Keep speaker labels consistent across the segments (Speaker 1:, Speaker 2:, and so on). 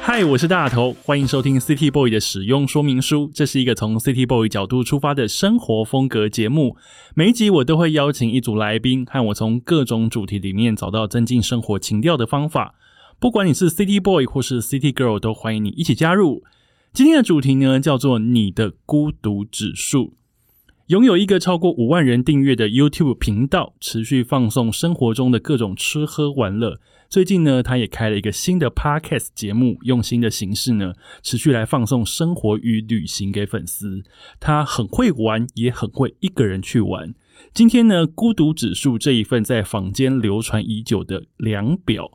Speaker 1: 嗨，我是大头，欢迎收听 City Boy 的使用说明书。这是一个从 City Boy 角度出发的生活风格节目。每一集我都会邀请一组来宾，和我从各种主题里面找到增进生活情调的方法。不管你是 City Boy 或是 City Girl，都欢迎你一起加入。今天的主题呢，叫做你的孤独指数。拥有一个超过五万人订阅的 YouTube 频道，持续放送生活中的各种吃喝玩乐。最近呢，他也开了一个新的 Podcast 节目，用新的形式呢，持续来放送生活与旅行给粉丝。他很会玩，也很会一个人去玩。今天呢，孤独指数这一份在坊间流传已久的量表，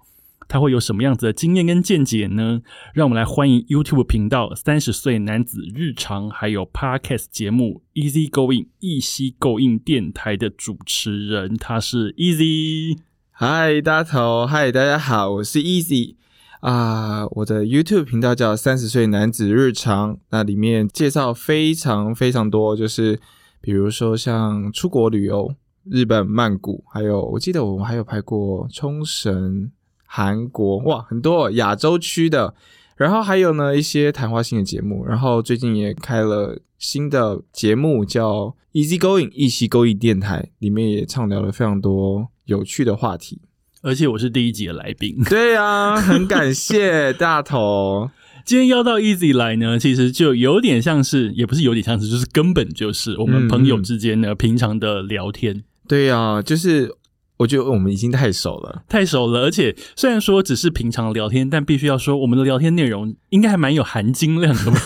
Speaker 1: 它会有什么样子的经验跟见解呢？让我们来欢迎 YouTube 频道《三十岁男子日常》，还有 Podcast 节目 Easy Going 易西 Going 电台的主持人，他是 Easy。
Speaker 2: 嗨，大头，嗨，大家好，我是 Easy 啊。我的 YouTube 频道叫《三十岁男子日常》，那里面介绍非常非常多，就是比如说像出国旅游，日本曼谷，还有我记得我们还有拍过冲绳、韩国，哇，很多亚洲区的。然后还有呢一些谈话性的节目，然后最近也开了新的节目叫 Easy Going 一西勾引电台，里面也畅聊了非常多有趣的话题。
Speaker 1: 而且我是第一集的来宾。
Speaker 2: 对啊，很感谢大头。
Speaker 1: 今天邀到 Easy 来呢，其实就有点像是，也不是有点像是，就是根本就是我们朋友之间呢、平常的聊天。
Speaker 2: 对啊，就是我觉得我们已经太熟了。
Speaker 1: 太熟了，而且虽然说只是平常聊天，但必须要说我们的聊天内容应该还蛮有含金量的吧。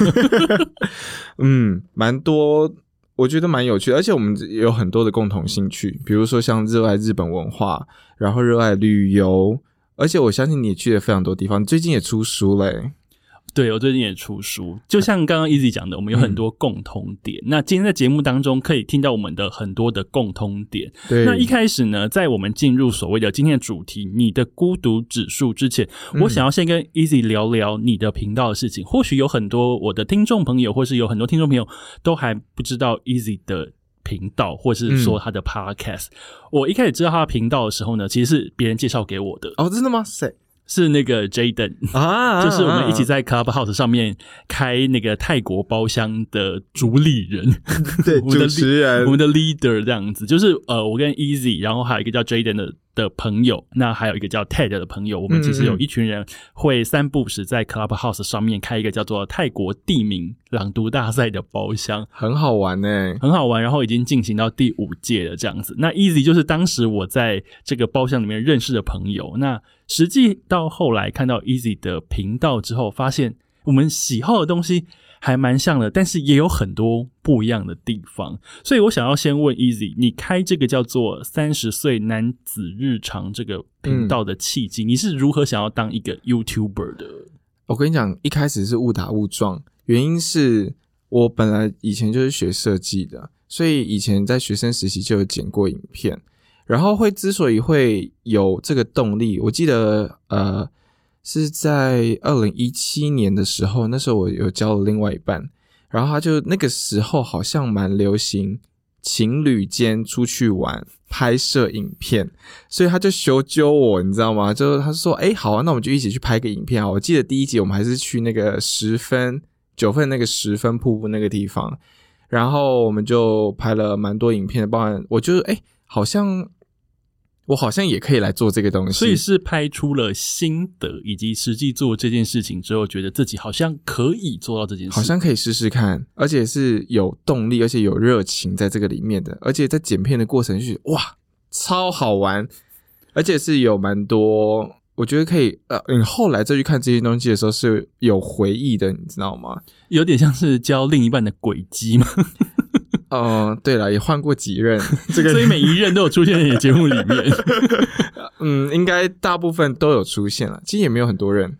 Speaker 2: 嗯，蛮多，我觉得蛮有趣的，而且我们有很多的共同兴趣，比如说像热爱日本文化，然后热爱旅游，而且我相信你也去了非常多地方，最近也出书嘞。
Speaker 1: 对我最近也出书，就像刚刚 Easy 讲的，我们有很多共通点。那今天在节目当中可以听到我们的很多的共通点。
Speaker 2: 对，
Speaker 1: 那一开始呢，在我们进入所谓的今天的主题“你的孤独指数”之前，
Speaker 2: 嗯
Speaker 1: 我想要先跟 Easy 聊聊你的频道的事情。或许有很多我的听众朋友，或是有很多听众朋友都还不知道 Easy 的。频道，或是说
Speaker 2: 嗯
Speaker 1: 他的 podcast，、我一开始知道他的频道的时候呢，其实是别人介绍给我的，
Speaker 2: 哦，真的吗？谁
Speaker 1: 是那个 Jaden，
Speaker 2: 啊？
Speaker 1: 就是我们一起
Speaker 2: 在
Speaker 1: 在 Clubhouse 上面开那个泰国包厢的主理人，
Speaker 2: 对
Speaker 1: 我们的
Speaker 2: 主持人
Speaker 1: 我们的 leader 这样子，就是呃，我跟 Easy，然后还有一个叫 Jaden 的的朋友，那还有一个叫 Ted 的朋友，我们其实
Speaker 2: 嗯嗯
Speaker 1: 有一群人会三不五时在 Clubhouse 上面开一个叫做泰国地名朗读大赛的包厢，
Speaker 2: 很好玩欸呢、
Speaker 1: 很好玩，然后已经进行到第五届了这样子。那 Easy 就是当时我在这个包厢里面认识的朋友。那实际到后来看到 Easy 的频道之后，发现我们喜好的东西还蛮像的，但是也有很多不一样的地方。所以我想要先问 Easy，你开这个叫做“三十岁男子日常”这个频道的契机，你是如何想要当一个 YouTuber 的？
Speaker 2: 我跟你讲，一开始是误打误撞，原因是我本来以前就是学设计的，所以以前在学生时期就有剪过影片。然后会之所以会有这个动力，我记得呃是在二零一七年的时候，那时候我有交了另外一半，然后他就那个时候好像蛮流行情侣间出去玩拍摄影片，所以他就求救我，你知道吗？就是他说，哎、好啊，那我们就一起去拍个影片啊！我记得第一集我们还是去那个十分九份那个十分瀑布那个地方，然后我们就拍了蛮多影片的，包含我就是哎、诶好像我好像也可以来做这个东西，
Speaker 1: 所以是拍出了心得，以及实际做这件事情之后，觉得自己好像可以做到这件事。
Speaker 2: 好像可以试试看，而且是有动力，而且有热情在这个里面的，而且在剪片的过程是哇，超好玩，而且是有蛮多，我觉得可以呃，你后来再去看这些东西的时候是有回忆的，你知道吗？
Speaker 1: 有点像是教另一半的轨迹嘛，
Speaker 2: 嗯、对了，也换过几任，
Speaker 1: 所
Speaker 2: 这个
Speaker 1: 以每一任都有出现在你的节目里面。
Speaker 2: 嗯，应该大部分都有出现了，其实也没有很多人，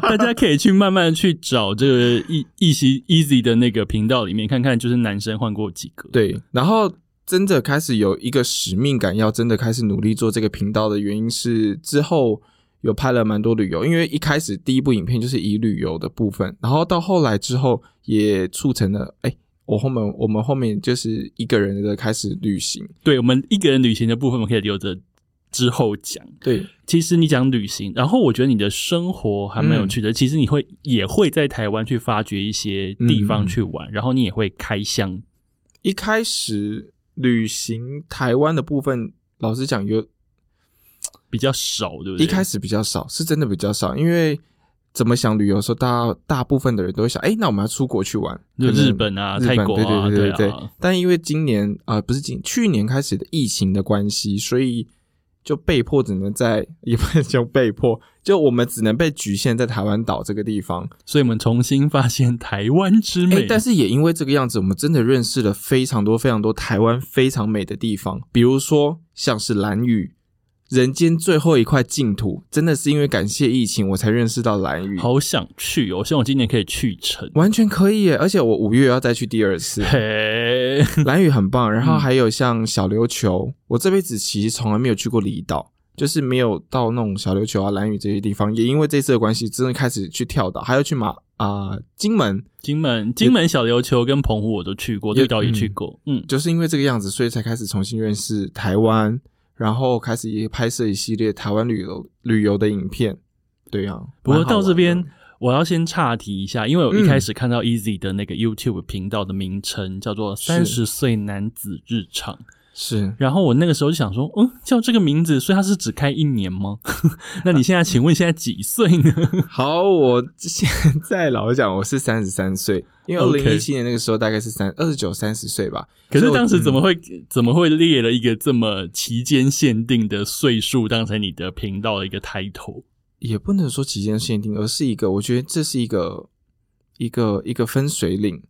Speaker 1: 大家可以去慢慢去找这个易易习 Easy 的那个频道里面看看，就是男生换过几个。，
Speaker 2: 对，然后。真的开始有一个使命感，要真的开始努力做这个频道的原因是，之后有拍了蛮多旅游，因为一开始第一部影片就是以旅游的部分，然后到后来之后也促成了，哎、我后面我们后面就是一个人的开始旅行，
Speaker 1: 对我们一个人旅行的部分，我们可以留着之后讲。
Speaker 2: 对，
Speaker 1: 其实你讲旅行，然后我觉得你的生活还
Speaker 2: 嗯
Speaker 1: 蛮有趣的。其实你会也会在台湾去发掘一些地
Speaker 2: 嗯
Speaker 1: 方去玩，然后你也会开箱。
Speaker 2: 一开始旅行台湾的部分，老实讲有
Speaker 1: 比较少，对不对？
Speaker 2: 一开
Speaker 1: 始
Speaker 2: 始比较少，是真的比较少，因为怎么想旅游的时候，大大部分的人都会想，哎、那我们要出国去玩，
Speaker 1: 就
Speaker 2: 可能
Speaker 1: 日本啊、
Speaker 2: 日
Speaker 1: 泰
Speaker 2: 本
Speaker 1: 国啊，
Speaker 2: 对对对
Speaker 1: 对
Speaker 2: 对
Speaker 1: 啊，
Speaker 2: 但因为今年啊、呃不是今去年开始的疫情的关系，所以就被迫只能在，也不能叫被迫，就我们只能被局限在台湾岛这个地方。
Speaker 1: 所以我们重新发现台湾之
Speaker 2: 哎、
Speaker 1: 美。
Speaker 2: 但是也因为这个样子，我们真的认识了非常多非常多台湾非常美的地方，比如说像是蓝屿。人间最后一块净土，真的是因为感谢疫情，我才认识到蓝屿。
Speaker 1: 好想去哦！希望我今年可以去成。
Speaker 2: 完全可以耶！而且我五月要再去第二次，
Speaker 1: 嘿，
Speaker 2: 蓝屿很棒。
Speaker 1: 嗯
Speaker 2: 然后还有像小琉球，我这辈子其实从来没有去过离岛，就是没有到那种小琉球啊、蓝屿这些地方。也因为这次的关系，真的开始去跳岛，还要去马啊、金门，
Speaker 1: 金门、金门小琉球跟澎湖我都去过，
Speaker 2: 也
Speaker 1: 绿岛也去过。嗯，
Speaker 2: 就是因为这个样子，所以才开始重新认识台湾，然后开始也拍摄一系列台湾旅游旅游的影片。对啊，
Speaker 1: 不过
Speaker 2: 蛮好玩
Speaker 1: 到
Speaker 2: 的嗯
Speaker 1: 这边，我要先岔题一下，因为我一开始看到 Easy 的那个 YouTube 频道的名称叫做“三十
Speaker 2: 是
Speaker 1: 岁男子日常”，
Speaker 2: 是
Speaker 1: 然后我那个时候就想说，嗯，叫这个名字，所以他是只开一年吗？ 那你现在请问现在几岁呢？
Speaker 2: 好，我现在老实讲，我是三十三岁，因为二
Speaker 1: OK
Speaker 2: 零一七年那个时候大概是三二十九、三十岁吧。
Speaker 1: 可
Speaker 2: 所以
Speaker 1: 是
Speaker 2: 我
Speaker 1: 当时怎么
Speaker 2: 嗯
Speaker 1: 会、怎么会列了一个这么期间限定的岁数当成你的频道的一个 title？
Speaker 2: 也不能说期间限定，而是一个，我觉得这是一个一个一个分水岭，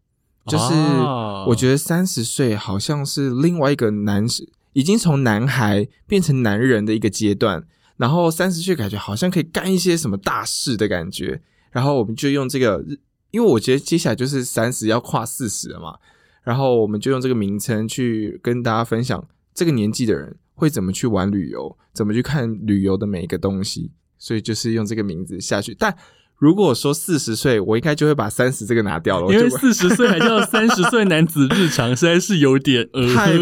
Speaker 2: 就是
Speaker 1: 啊
Speaker 2: 我觉得三十岁好像是另外一个男，已经从男孩变成男人的一个阶段，然后三十岁感觉好像可以干一些什么大事的感觉，然后我们就用这个，因为我觉得接下来就是三十要跨四十了嘛，然后我们就用这个名称去跟大家分享这个年纪的人会怎么去玩旅游，怎么去看旅游的每一个东西，所以就是用这个名字下去，但。如果说四十岁，我应该就会把三十这个拿掉了，我
Speaker 1: 因
Speaker 2: 就
Speaker 1: 为
Speaker 2: 会
Speaker 1: 四十岁还叫 三十岁男子日常，实在是有点呃，
Speaker 2: 太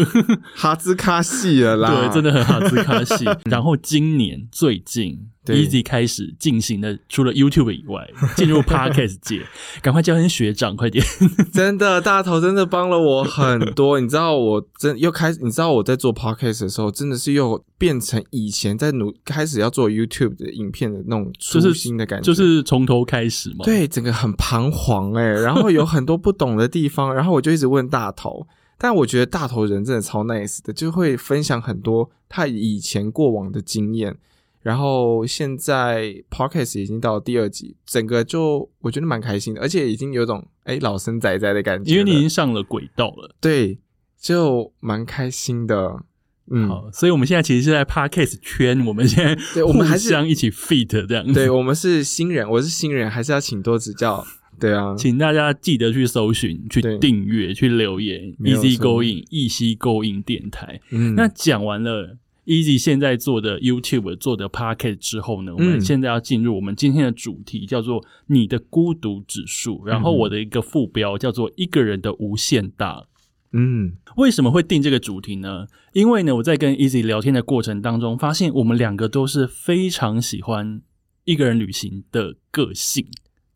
Speaker 2: 哈兹卡系了啦，
Speaker 1: 对，真的很好吃卡 西。然后今年最近
Speaker 2: 嗯对
Speaker 1: Easy 开始进行的，除了 YouTube 以 外，进入 Podcast 界，赶快叫声学长，快点！
Speaker 2: 真的大头真的帮了我很多。你知道我真又开始，你知道我在做 podcast 的时候，真的是又变成以前在努开始要做 YouTube 的影片的那种初
Speaker 1: 就是
Speaker 2: 心的感觉，
Speaker 1: 就是从头开始嘛。，
Speaker 2: 对整个很彷徨哎、然后有很多不懂的地方，然后我就一直问大头。但我觉得大头人真的超 nice 的，就会分享很多他以前过往的经验。然后现在 podcast 已经到第二集，整个就我觉得蛮开心的，而且已经有种哎老生仔仔的感觉
Speaker 1: 因
Speaker 2: 了。
Speaker 1: 为你已经上了轨道了。
Speaker 2: 对，就蛮开心的。嗯，
Speaker 1: 好，所以我们现在其实是在 Podcast 圈，我们现在
Speaker 2: 对我们还
Speaker 1: 互
Speaker 2: 是
Speaker 1: 相一起 fit 这样子。
Speaker 2: 对我们是新人，我是新人，还是要请多指教。对啊，
Speaker 1: 请大家记得去搜寻、去
Speaker 2: 对
Speaker 1: 订阅、去留言。
Speaker 2: 没有
Speaker 1: Easy
Speaker 2: 错
Speaker 1: Going、一西勾引电台。
Speaker 2: 嗯，
Speaker 1: 那讲完了 Easy 现在做的 YouTube 做的 Pocket 之后呢，我们
Speaker 2: 嗯
Speaker 1: 现在要进入我们今天的主题，叫做你的孤独指数。然后
Speaker 2: 嗯
Speaker 1: 我的一个副标叫做一个人的无限大。
Speaker 2: 嗯
Speaker 1: 为什么会定这个主题呢？因为呢，我在跟 Easy 聊天的过程当中，发现我们两个都是非常喜欢一个人旅行的个性。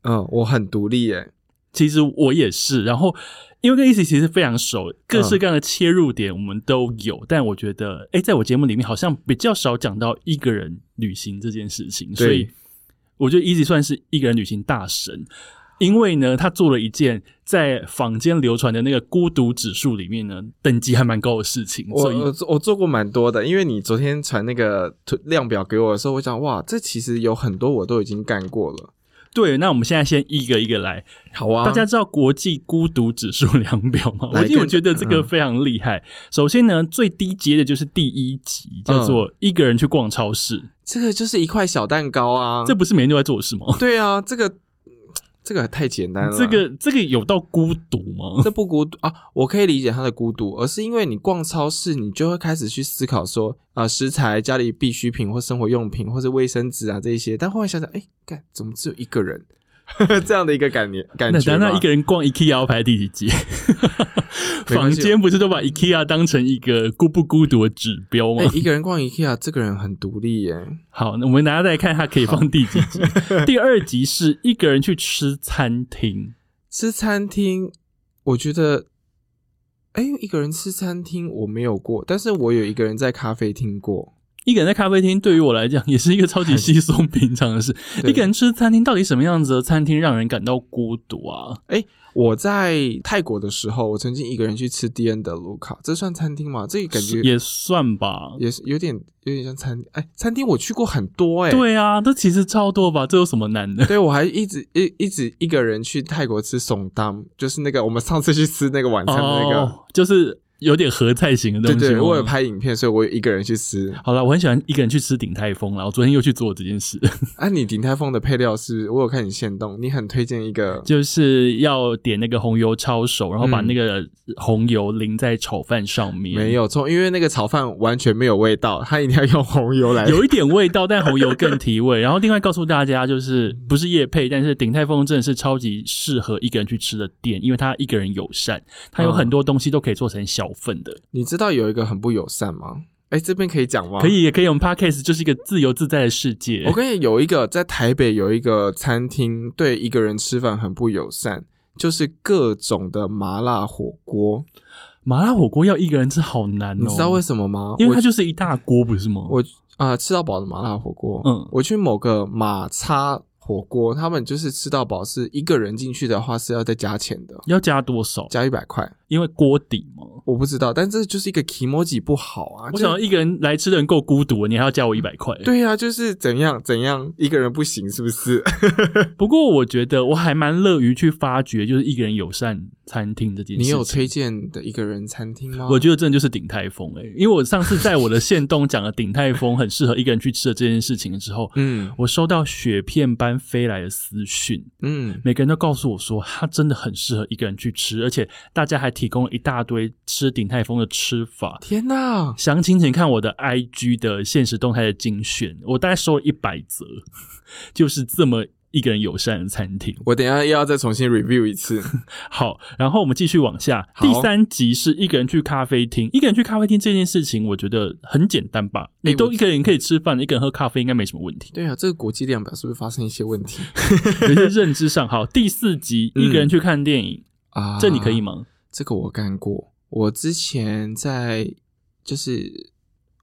Speaker 2: 嗯，我很独立耶。
Speaker 1: 其实我也是，然后因为跟 Easy 其实非常熟，各式各样的切入点我们都有，
Speaker 2: 嗯
Speaker 1: 但我觉得，哎，在我节目里面好像比较少讲到一个人旅行这件事情，所以
Speaker 2: 对
Speaker 1: 我觉得 Easy 算是一个人旅行大神，因为呢，他做了一件在坊间流传的那个孤独指数里面呢，等级还蛮高的事情，
Speaker 2: 我呃
Speaker 1: 所以
Speaker 2: 我做我做过蛮多的，因为你昨天传那个图量表给我的时候，我想哇，这其实有很多我都已经干过了。
Speaker 1: 对，那我们现在先一个一个来，
Speaker 2: 好啊
Speaker 1: 大家知道国际孤独指数量表吗？
Speaker 2: 来
Speaker 1: 我因为我
Speaker 2: 跟
Speaker 1: 觉得这个
Speaker 2: 嗯
Speaker 1: 非常厉害。首先呢，最低阶的就是第一级，叫
Speaker 2: 嗯
Speaker 1: 做一个人去逛超市，
Speaker 2: 这个就是一块小蛋糕啊，
Speaker 1: 这不是每天都在做的事吗？
Speaker 2: 对啊，这个这个太简单了。
Speaker 1: 这个这个有到孤独吗？
Speaker 2: 这不孤独啊，我可以理解他的孤独，而是因为你逛超市，你就会开始去思考说，啊、食材、家里必需品或生活用品，或是卫生纸啊这一些。但后来想想，哎、干怎么只有一个人？ 这样的一个感觉感
Speaker 1: 那
Speaker 2: 觉
Speaker 1: 那
Speaker 2: 嘛
Speaker 1: 一个人逛 IKEA 要排第几集？
Speaker 2: 没
Speaker 1: 房
Speaker 2: 关系
Speaker 1: 间不是都把 IKEA 当成一个孤不孤独的指标吗？
Speaker 2: 哎、一个人逛 IKEA，这个人很独立耶。
Speaker 1: 好，那我们拿来看它可以放第几 集。第二集是一个人去吃餐厅，
Speaker 2: 吃餐厅，我觉得，哎、一个人吃餐厅我没有过，但是我有一个人在咖啡厅过。
Speaker 1: 一个人在咖啡厅，对于我来讲也是一个超级稀松平常的事。
Speaker 2: 对
Speaker 1: 一个人吃餐厅，到底什么样子的餐厅让人感到孤独啊？
Speaker 2: 我在泰国的时候，我曾经一个人去吃 D N 的卢卡，这算餐厅吗？这个感觉
Speaker 1: 也算吧。
Speaker 2: 也是有点有点像餐哎、餐厅我去过很多哎、
Speaker 1: 对啊，这其实超多吧，这有什么难的？
Speaker 2: 对我还一直一一直一个人去泰国吃松当，就是那个我们上次去吃那个晚餐的那个，
Speaker 1: 哦，就是有点合菜型的东
Speaker 2: 对
Speaker 1: 西吗。
Speaker 2: 对，我有拍影片，所以我有一个人去吃。
Speaker 1: 好了，我很喜欢一个人去吃鼎泰丰啦。我昨天又去做这件 事，
Speaker 2: 啊，你鼎泰丰的配料是，我有看你现动，你很推荐一个，
Speaker 1: 就是要点那个红油抄手，然后把
Speaker 2: 嗯
Speaker 1: 那个红油淋在炒饭上面。
Speaker 2: 没有错，因为那个炒饭完全没有味道，它一定要用红油来。
Speaker 1: 有一点味道，但红油更提味。然后另外告诉大家，就是不是夜配，但是鼎泰丰真的是超级适合一个人去吃的店，因为它一个人友善，它有很多东西都可以做成小份的，
Speaker 2: 你知道有一个很不友善吗？哎，这边可以讲吗？
Speaker 1: 可。以也可以。我们 podcast 就是一个自由自在的世界。
Speaker 2: 我跟你有一个在台北有一个餐厅对一个人吃饭很不友善，就是各种的麻辣火锅。
Speaker 1: 麻辣火锅要一个人吃好难哦，
Speaker 2: 你知道为什么吗？
Speaker 1: 因为
Speaker 2: 我
Speaker 1: 它就是一大锅，不是吗？
Speaker 2: 我啊、吃到饱的麻辣火锅，
Speaker 1: 嗯
Speaker 2: 我去某个马叉火锅，他们就是吃到饱是一个人进去的话是要再加钱的，
Speaker 1: 要加多少？
Speaker 2: 加一百块，
Speaker 1: 因为锅底嘛。
Speaker 2: 我不知道，但这就是一个 e m o j i 不好啊，
Speaker 1: 我
Speaker 2: 就
Speaker 1: 想要一个人来吃的人够孤独，你还要加我一百块。，
Speaker 2: 对呀、啊，就是怎样怎样一个人不行是不 是？
Speaker 1: 不过我觉得我还蛮乐于去发掘，就是一个人友善餐厅这件事情。
Speaker 2: 你有推荐的一个人餐厅吗？
Speaker 1: 我觉得真的就是鼎泰丰哎、欸因为我上次在我的线动讲了鼎泰丰很适合一个人去吃的这件事情之后，
Speaker 2: 嗯
Speaker 1: 我收到雪片般飞来的私讯，
Speaker 2: 嗯，
Speaker 1: 每个人都告诉我说它真的很适合一个人去吃，而且大家还提供了一大堆吃鼎泰丰的吃法。
Speaker 2: 天哪，
Speaker 1: 详情请看我的 IG 的现实动态的精选，我大概收了一百则，就是这么一个人友善的餐厅。
Speaker 2: 我等一下又要再重新 review 一次。
Speaker 1: 好，然后我们继续往下，
Speaker 2: 好
Speaker 1: 第三集是一个人去咖啡厅。一个人去咖啡厅这件事情，我觉得很简单吧？你都一个人可以吃饭，一个人喝咖啡应该没什么问 题。
Speaker 2: 对啊，这个国际量表是不是发生一些问题
Speaker 1: 有些认知上，好，第四集一个人去看电影，
Speaker 2: 嗯啊？
Speaker 1: 这你可以吗？
Speaker 2: 这个我干过。我之前在就是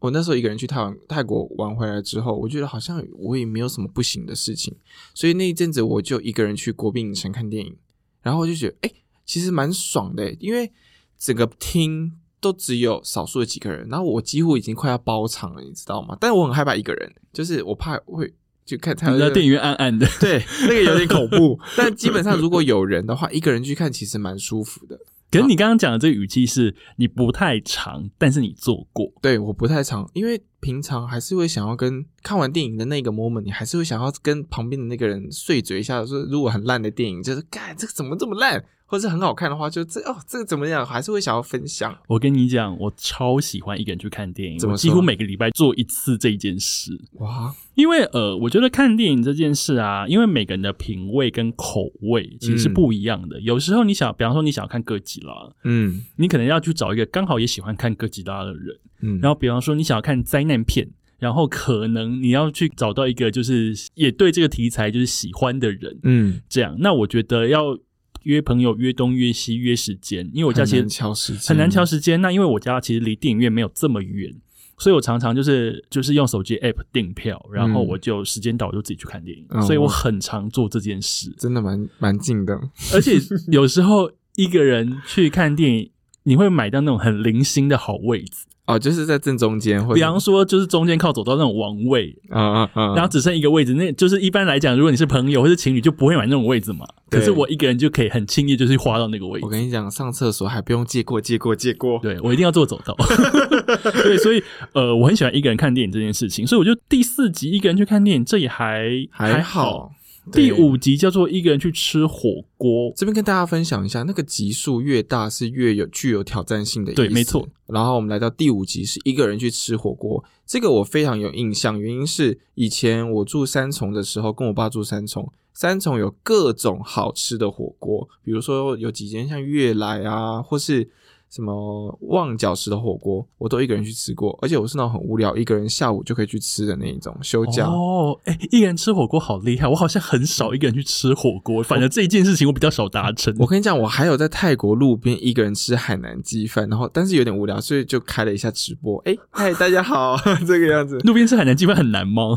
Speaker 2: 我那时候一个人去泰玩泰国玩回来之后，我觉得好像我也没有什么不行的事情，所以那一阵子我就一个人去国宾影城看电影，然后我就觉得哎、诶其实蛮爽的、欸因为整个厅都只有少数的几个人，然后我几乎已经快要包场了，你知道吗？但我很害怕一个人，就是我怕会就看泰
Speaker 1: 你的电影院暗暗 的，
Speaker 2: 对，那个有点恐怖， 但基本上如果有人的话，一个人去看其实蛮舒服的。
Speaker 1: 可是你刚刚讲的这个语气是你不太长，但是你做过。
Speaker 2: 对，我不太常，因为平常还是会想要跟看完电影的那个 moment，你还是会想要跟旁边的那个人碎嘴一下，说如果很烂的电影，就是干这个怎么这么烂，或者是很好看的话，就这哦这个怎么样，还是会想要分享。
Speaker 1: 我跟你讲，我超喜欢一个人去看电影，
Speaker 2: 怎么
Speaker 1: 我几
Speaker 2: 说
Speaker 1: 乎每个礼拜做一次这一件事。
Speaker 2: 哇，
Speaker 1: 因为呃，我觉得看电影这件事啊，因为每个人的品味跟口味其实是不一样的。有时候你想，比方说你想要看哥吉拉，
Speaker 2: 嗯
Speaker 1: 你可能要去找一个刚好也喜欢看哥吉拉的人。
Speaker 2: 嗯，
Speaker 1: 然后，比方说你想要看灾难片，然后可能你要去找到一个就是也对这个题材就是喜欢的人。
Speaker 2: 嗯，
Speaker 1: 这样，那我觉得要约朋友约东约西约时间，因为我家其实
Speaker 2: 很难敲时间，
Speaker 1: 很难调时间。那因为我家其实离电影院没有这么远，所以我常常就是就是用手机 app 订票，然后我就时间到我就自己去看电影，
Speaker 2: 嗯。
Speaker 1: 所以我很常做这件事
Speaker 2: 真的蛮蛮近的。
Speaker 1: 而且有时候一个人去看电影。你会买到那种很零星的好位置，
Speaker 2: 哦，就是在正中间，或者
Speaker 1: 比方说就是中间靠走道那种王位，
Speaker 2: 啊啊啊，
Speaker 1: 然后只剩一个位置，那就是一般来讲，如果你是朋友或是情侣就不会买那种位置嘛。可
Speaker 2: 对
Speaker 1: 是我一个人就可以很轻易就是花到那个位置
Speaker 2: 我。跟你讲，上厕所还不用借过借过借过，
Speaker 1: 对我一定要做走道。 对，所以呃，我很喜欢一个人看电影这件事情，所以我觉得第四集一个人去看电影，这也还
Speaker 2: 还
Speaker 1: 好。
Speaker 2: 好，
Speaker 1: 第
Speaker 2: 对
Speaker 1: 五集叫做《一个人去吃火锅》，
Speaker 2: 这边跟大家分享一下，那个集数越大是越有具有挑战性的意思。
Speaker 1: 对没错。
Speaker 2: 然后我们来到第五集，是一个人去吃火锅，这个我非常有印象，原因是以前我住三重的时候，跟我爸住三重，三重有各种好吃的火锅，比如说有几间像悦来啊，或是。什么旺角式的火锅，我都一个人去吃过，而且我是那种很无聊，一个人下午就可以去吃的那一种，休假。
Speaker 1: 哦，哎、一个人吃火锅好厉害，我好像很少一个人去吃火锅，反正这一件事情我比较少达成。
Speaker 2: 我跟你讲，我还有在泰国路边一个人吃海南鸡饭，然后但是有点无聊，所以就开了一下直播。哎、嗨，大家好， 这个样子。
Speaker 1: 路边吃海南鸡饭很难吗？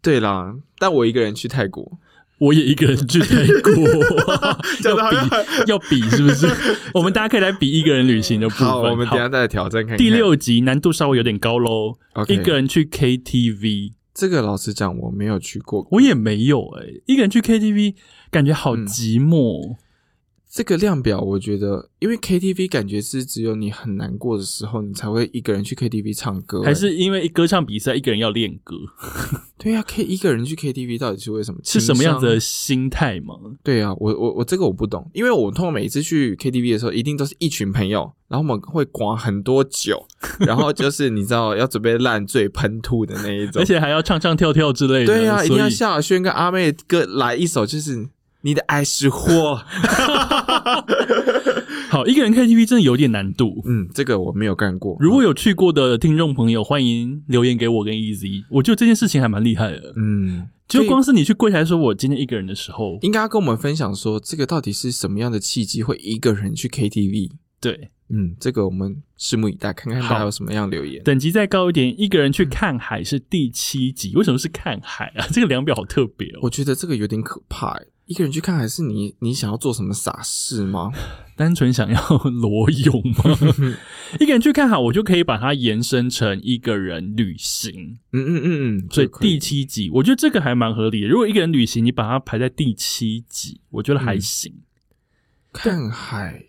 Speaker 2: 对啦，但我一个人去泰国，
Speaker 1: 我也一个人去泰 国，
Speaker 2: 讲得好
Speaker 1: 要
Speaker 2: 像
Speaker 1: 比要比是不是？我们大家可以来比一个人旅行的部分。
Speaker 2: 好，我们
Speaker 1: 好
Speaker 2: 等一下再来挑战看看。
Speaker 1: 第六集难度稍微有点高喽。
Speaker 2: OK，
Speaker 1: 一个人去 KTV，
Speaker 2: 这个老实讲，我没有去过，
Speaker 1: 我也没有哎、一个人去 KTV 感觉
Speaker 2: 嗯
Speaker 1: 好寂寞。
Speaker 2: 这个量表，我觉得因为 KTV 感觉是只有你很难过的时候，你才会一个人去 KTV 唱歌、欸
Speaker 1: 还是因为歌唱比赛，一个人要练歌，
Speaker 2: 对啊，K 一个人去 KTV 到底是为什么？
Speaker 1: 是什么样子的
Speaker 2: 情商
Speaker 1: 心态吗？
Speaker 2: 对啊，我我我这个我不懂，因为我通常每一次去 KTV 的时候，一定都是一群朋友，然后我们会刮很多酒，然后就是你知道要准备烂醉喷吐的那一种
Speaker 1: 而。且还要唱唱跳跳之类的，
Speaker 2: 对啊，一定要
Speaker 1: 所以
Speaker 2: 萧亚轩跟阿妹的歌来一首，就是你的爱 是火。
Speaker 1: 好，一个人 KTV 真的有点难度。
Speaker 2: 嗯，这个我没有干过。
Speaker 1: 如果有去过的听众朋友，欢迎留言给我跟 Easy。我觉得这件事情还蛮厉害的，
Speaker 2: 嗯，
Speaker 1: 就光是你去柜台说我今天一个人的时候，
Speaker 2: 应该要跟我们分享说，这个到底是什么样的契机会一个人去 KTV？
Speaker 1: 对，
Speaker 2: 嗯，这个我们拭目以待，看看大家有什么样留言。
Speaker 1: 等级再高一点，一个人去看海是第七集。为什么是看海啊？ 这个量表好特别哦。
Speaker 2: 我觉得这个有点可怕、欸。一个人去看，还是你你想要做什么傻事吗？
Speaker 1: 单纯想要裸泳吗？一个人去看海，我就可以把它延伸成一个人旅行。
Speaker 2: 嗯嗯嗯嗯，
Speaker 1: 所以
Speaker 2: 这个可
Speaker 1: 第七集，我觉得这个还蛮合理的。如果一个人旅行，你把它排在第七集，我觉得还行。
Speaker 2: 看海，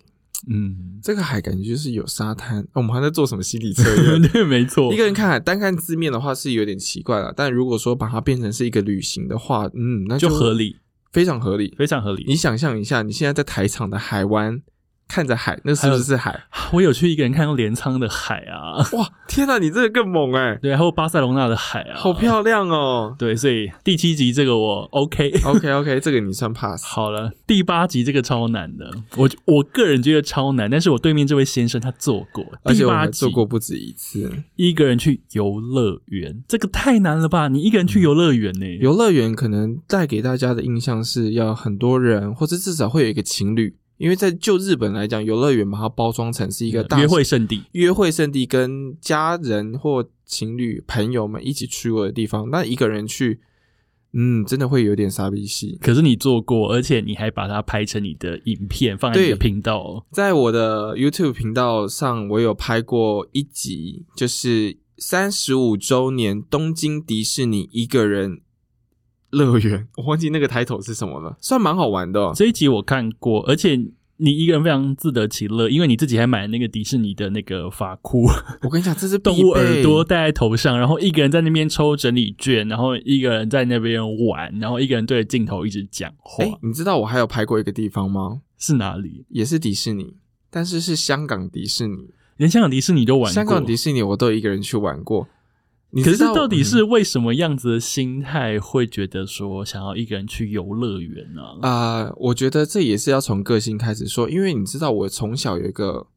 Speaker 1: 嗯，
Speaker 2: 这个海感觉就是有沙滩。哦我们还在做什么心 理测验？
Speaker 1: 对，没错
Speaker 2: 一。个人看海，单看字面的话是有点奇怪了，但如果说把它变成是一个旅行的话，嗯，那
Speaker 1: 就合
Speaker 2: 理，
Speaker 1: 理，
Speaker 2: 非常合理。
Speaker 1: 非常合理。
Speaker 2: 你想象一下，你现在在台场的海湾看着海，那是不是是海？
Speaker 1: 啊我有去一个人看过镰仓的海啊，
Speaker 2: 哇，天哪、你这个更猛哎、
Speaker 1: 对，还有巴塞隆纳的海啊，
Speaker 2: 好
Speaker 1: 亮。
Speaker 2: 漂亮哦！
Speaker 1: 对，所以第七集这个我 OK。
Speaker 2: OK OK，这个你算 pass。
Speaker 1: 好了，第八集这个超难的，我我个人觉得超难，但是我对面这位先生他做过，
Speaker 2: 而且
Speaker 1: 第
Speaker 2: 我
Speaker 1: 八
Speaker 2: 还
Speaker 1: 集
Speaker 2: 做过不止一次。
Speaker 1: 一个人去游乐园，这个太难了吧？你一个人去游乐园呢、
Speaker 2: 嗯游乐园可能带给大家的印象是要很多人，或者至少会有一个情侣，因为在就日本来讲，游乐园把它包装成是一个大
Speaker 1: 嗯约会圣地，
Speaker 2: 约会圣地，跟家人或情侣朋友们一起去过的地方。那一个人去，嗯，真的会有点傻逼戏。
Speaker 1: 可是你做过，而且你还把它拍成你的影片，放在你的
Speaker 2: 对
Speaker 1: 频道、哦。
Speaker 2: 在我的 YouTube 频道上，我有拍过一集，就是三十五周年东京迪士尼一个人乐园，我忘记那个 title 是什么了，算蛮好玩的、哦。
Speaker 1: 这一集我看过，而且你一个人非常自得其乐，因为你自己还买了那个迪士尼的那个发 箍，
Speaker 2: 我跟你讲，这是必
Speaker 1: 动物
Speaker 2: 备
Speaker 1: 耳朵，戴在头上，然后一个人在那边抽整理券，然后一个人在那边玩，然后一个人对着镜头一直讲话，
Speaker 2: 哎、你知道我还有拍过一个地方吗？
Speaker 1: 是哪里？
Speaker 2: 也是迪士尼，但是是香港迪士尼。
Speaker 1: 连香港迪士尼都玩过，
Speaker 2: 香港迪士尼我都一个人去玩过。你
Speaker 1: 可
Speaker 2: 知
Speaker 1: 是
Speaker 2: 道
Speaker 1: 到底
Speaker 2: 嗯
Speaker 1: 是为什么样子的心态会觉得说想要一个人去游乐园呢、
Speaker 2: 啊、我觉得这也是要从个性开始说，因为你知道我从小有一个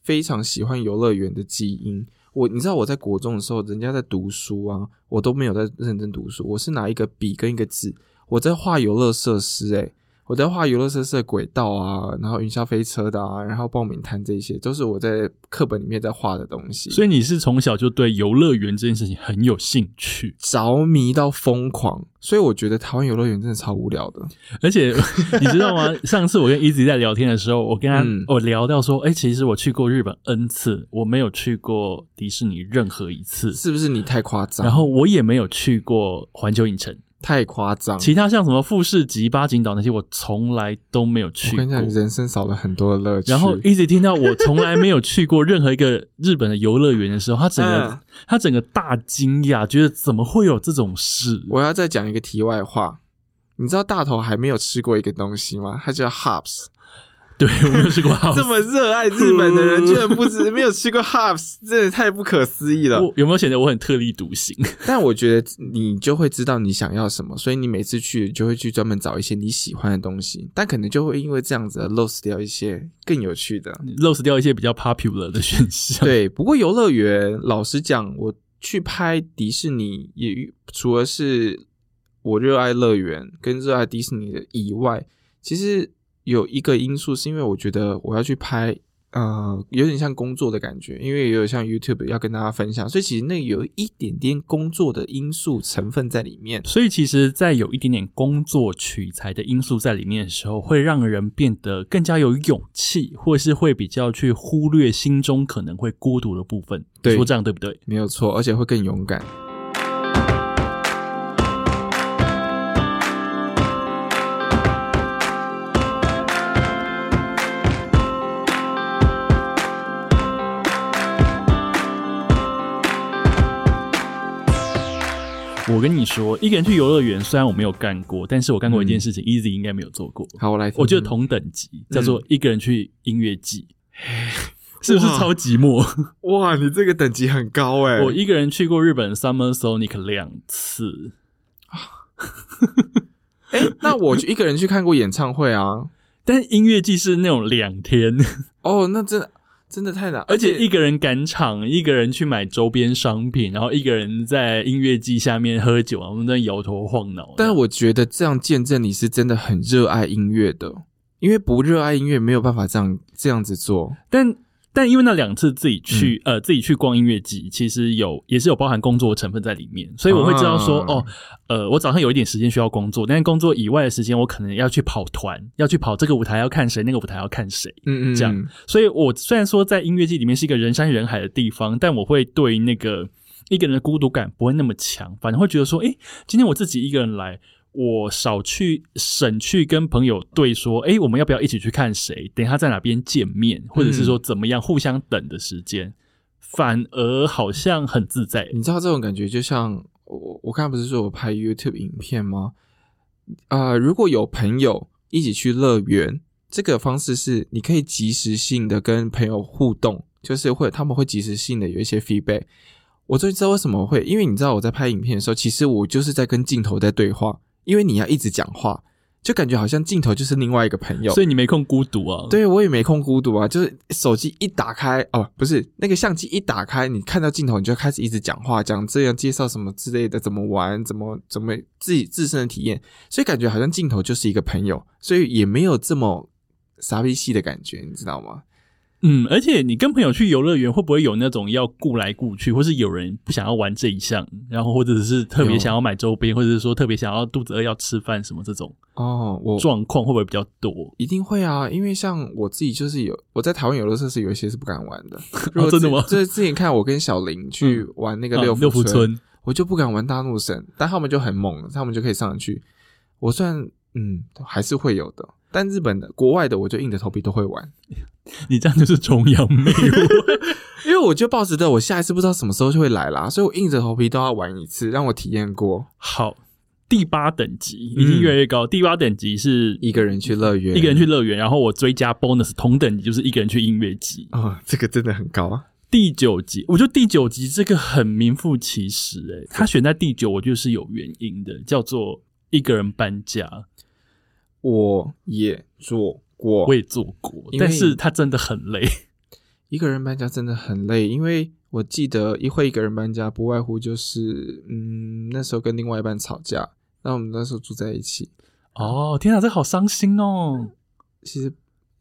Speaker 2: 非常喜欢游乐园的基因。我你知道我在国中的时候，人家在读书啊，我都没有在认真读书，我是拿一个笔跟一个纸，我在画游乐设施、欸，诶，我在画游乐设施的轨道啊，然后云霄飞车的啊，然后报名摊这些，都是我在课本里面在画的东西，
Speaker 1: 所以你是从小就对游乐园这件事情很有兴趣，
Speaker 2: 着迷到疯狂。所以我觉得台湾游乐园真的超无聊的。
Speaker 1: 而且 你知道吗？上次我跟 Easy 在聊天的时候，我跟他、
Speaker 2: 嗯
Speaker 1: 我聊到说，哎、其实我去过日本 N 次，我没有去过迪士尼任何一次，
Speaker 2: 是不是你太夸张？
Speaker 1: 然后我也没有去过环球影城，
Speaker 2: 太夸张。
Speaker 1: 其他像什么富士急、八景岛那些，我从来都没有去
Speaker 2: 我
Speaker 1: 过
Speaker 2: 跟你。讲，人生少了很多的乐趣。
Speaker 1: 然后一直听到我从来没有去过任何一个日本的游乐园的时候，他整个、
Speaker 2: 嗯
Speaker 1: 他整个大惊讶，觉得怎么会有这种事？
Speaker 2: 我要再讲一个题外话，你知道大头还没有吃过一个东西吗？它叫 hops。
Speaker 1: 对我没有去过好
Speaker 2: 这么热爱日本的人，居然 不知没有吃过 hops，真的太不可思议了。
Speaker 1: 我有没有显得我很特立独行？
Speaker 2: 但我觉得你就会知道你想要什么，所以你每次去就会去专门找一些你喜欢的东西，但可能就会因为这样子而 lose 掉一些更有趣的。
Speaker 1: lost 掉一些比较 popular 的选项。
Speaker 2: 对，不过游乐园，老实讲，我去拍迪士尼也遇除了是我热爱乐园跟热爱迪士尼的以外，其实有一个因素是因为我觉得我要去拍。呃，有点像工作的感觉，因为也有像 YouTube 要跟大家分享，所以其实那有一点点工作的因素成分在里面。
Speaker 1: 所以其实，在有一点点工作取材的因素在里面的时候，会让人变得更加有勇气，或是会比较去忽略心中可能会孤独的部分。
Speaker 2: 对
Speaker 1: 说这样对不对？
Speaker 2: 没有错，而且会更勇敢。
Speaker 1: 我跟你说，一个人去游乐园，虽然我没有干过，但是我干过一件事
Speaker 2: 嗯
Speaker 1: 情、e a s y 应该没有做过。
Speaker 2: 好，我来听听。
Speaker 1: 我觉得同等级叫
Speaker 2: 嗯
Speaker 1: 做一个人去音乐 季，是不是
Speaker 2: 哇
Speaker 1: 超寂寞？
Speaker 2: 哇，你这个等级很高哎、
Speaker 1: 我一个人去过日本 Summer Sonic 两次，
Speaker 2: 哎、那我就一个人去看过演唱会啊。
Speaker 1: 但音乐季是那种两天，
Speaker 2: 哦，那真的真的太难，
Speaker 1: 而且一个人赶场，一个人去买周边商品，然后一个人在音乐季下面喝酒，然后在摇头晃脑的。
Speaker 2: 但我觉得这样见证你是真的很热爱音乐的，因为不热爱音乐没有办法这样这样子做。
Speaker 1: 但但因为那两次自己去、
Speaker 2: 嗯
Speaker 1: 呃自己去逛音乐季，其实有也是有包含工作的成分在里面，所以我会知道说、
Speaker 2: 啊
Speaker 1: 哦，呃，我早上有一点时间需要工作，但是工作以外的时间，我可能要去跑团，要去跑这个舞台要看谁，那个舞台要看谁。
Speaker 2: 嗯嗯，
Speaker 1: 这样所以我虽然说在音乐季里面是一个人山人海的地方，但我会对那个一个人的孤独感不会那么强，反而会觉得说，诶、今天我自己一个人来。我少去省去跟朋友对说，诶，我们要不要一起去看谁？等一下在哪边见面，或者是说怎么样互相等的时间，反而好像很自在。
Speaker 2: 你知道这种感觉就像我我刚才不是说我拍 YouTube 影片吗？啊、如果有朋友一起去乐园，这个方式是你可以及时性的跟朋友互动，就是会他们会及时性的有一些 feedback。我终于知道为什么会，因为你知道我在拍影片的时候，其实我就是在跟镜头在对话，因为你要一直讲话，就感觉好像镜头就是另外一个朋友
Speaker 1: 所。以你没空孤独啊？，
Speaker 2: 对我也没空孤独啊，就是手机一打开哦，不是那个相机一打开，你看到镜头你就开始一直讲话，讲这样介绍什么之类的，怎么玩，怎么怎么自己自身的体验，所以感觉好像镜头就是一个朋友，所以也没有这么傻逼戏的感觉，你知道吗？
Speaker 1: 嗯，而且你跟朋友去游乐园，会不会有那种要顾来顾去，或是有人不想要玩这一项，然后或者是特别
Speaker 2: 有
Speaker 1: 想要买周边，或者是说特别想要肚子饿要吃饭什么这种
Speaker 2: 哦，我
Speaker 1: 状况，会不会比较多？
Speaker 2: 一定会啊，因为像我自己就是有我在台湾游乐设施有一些是不敢玩 的，如果
Speaker 1: 哦真的
Speaker 2: 自
Speaker 1: 吗
Speaker 2: 就是之前看我跟小林去
Speaker 1: 嗯
Speaker 2: 玩那个
Speaker 1: 啊
Speaker 2: 六
Speaker 1: 六福
Speaker 2: 村，
Speaker 1: 村，
Speaker 2: 我就不敢玩大怒神，但他们就很猛，他们就可以上去。我虽然嗯还是会有的，但日本的国外的我就硬着头皮都会玩，
Speaker 1: 你这样就是崇洋媚 外。
Speaker 2: 因为我就抱着的我下一次不知道什么时候就会来啦，所以我硬着头皮都要玩一次，让我体验过
Speaker 1: 好，第八等级已经越来越高，第八等级是
Speaker 2: 一个人去嗯乐园，
Speaker 1: 一个人去乐园，然后我追加 bonus 同等级就是一个人去音乐季。
Speaker 2: 啊、哦，这个真的很高啊。
Speaker 1: 第九集，我觉得第九集这个很名副其实、欸，诶，他选在第九，我觉得是有原因的，叫做一个人搬家，
Speaker 2: 我也做过，
Speaker 1: 我也做过，
Speaker 2: 因为
Speaker 1: 但是他真的很累，
Speaker 2: 一个人搬家真的很累，因为我记得一会一个人搬家，不外乎就是嗯那时候跟另外一半吵架，那我们那时候住在一起，
Speaker 1: 哦，天啊，这好伤心哦，
Speaker 2: 其实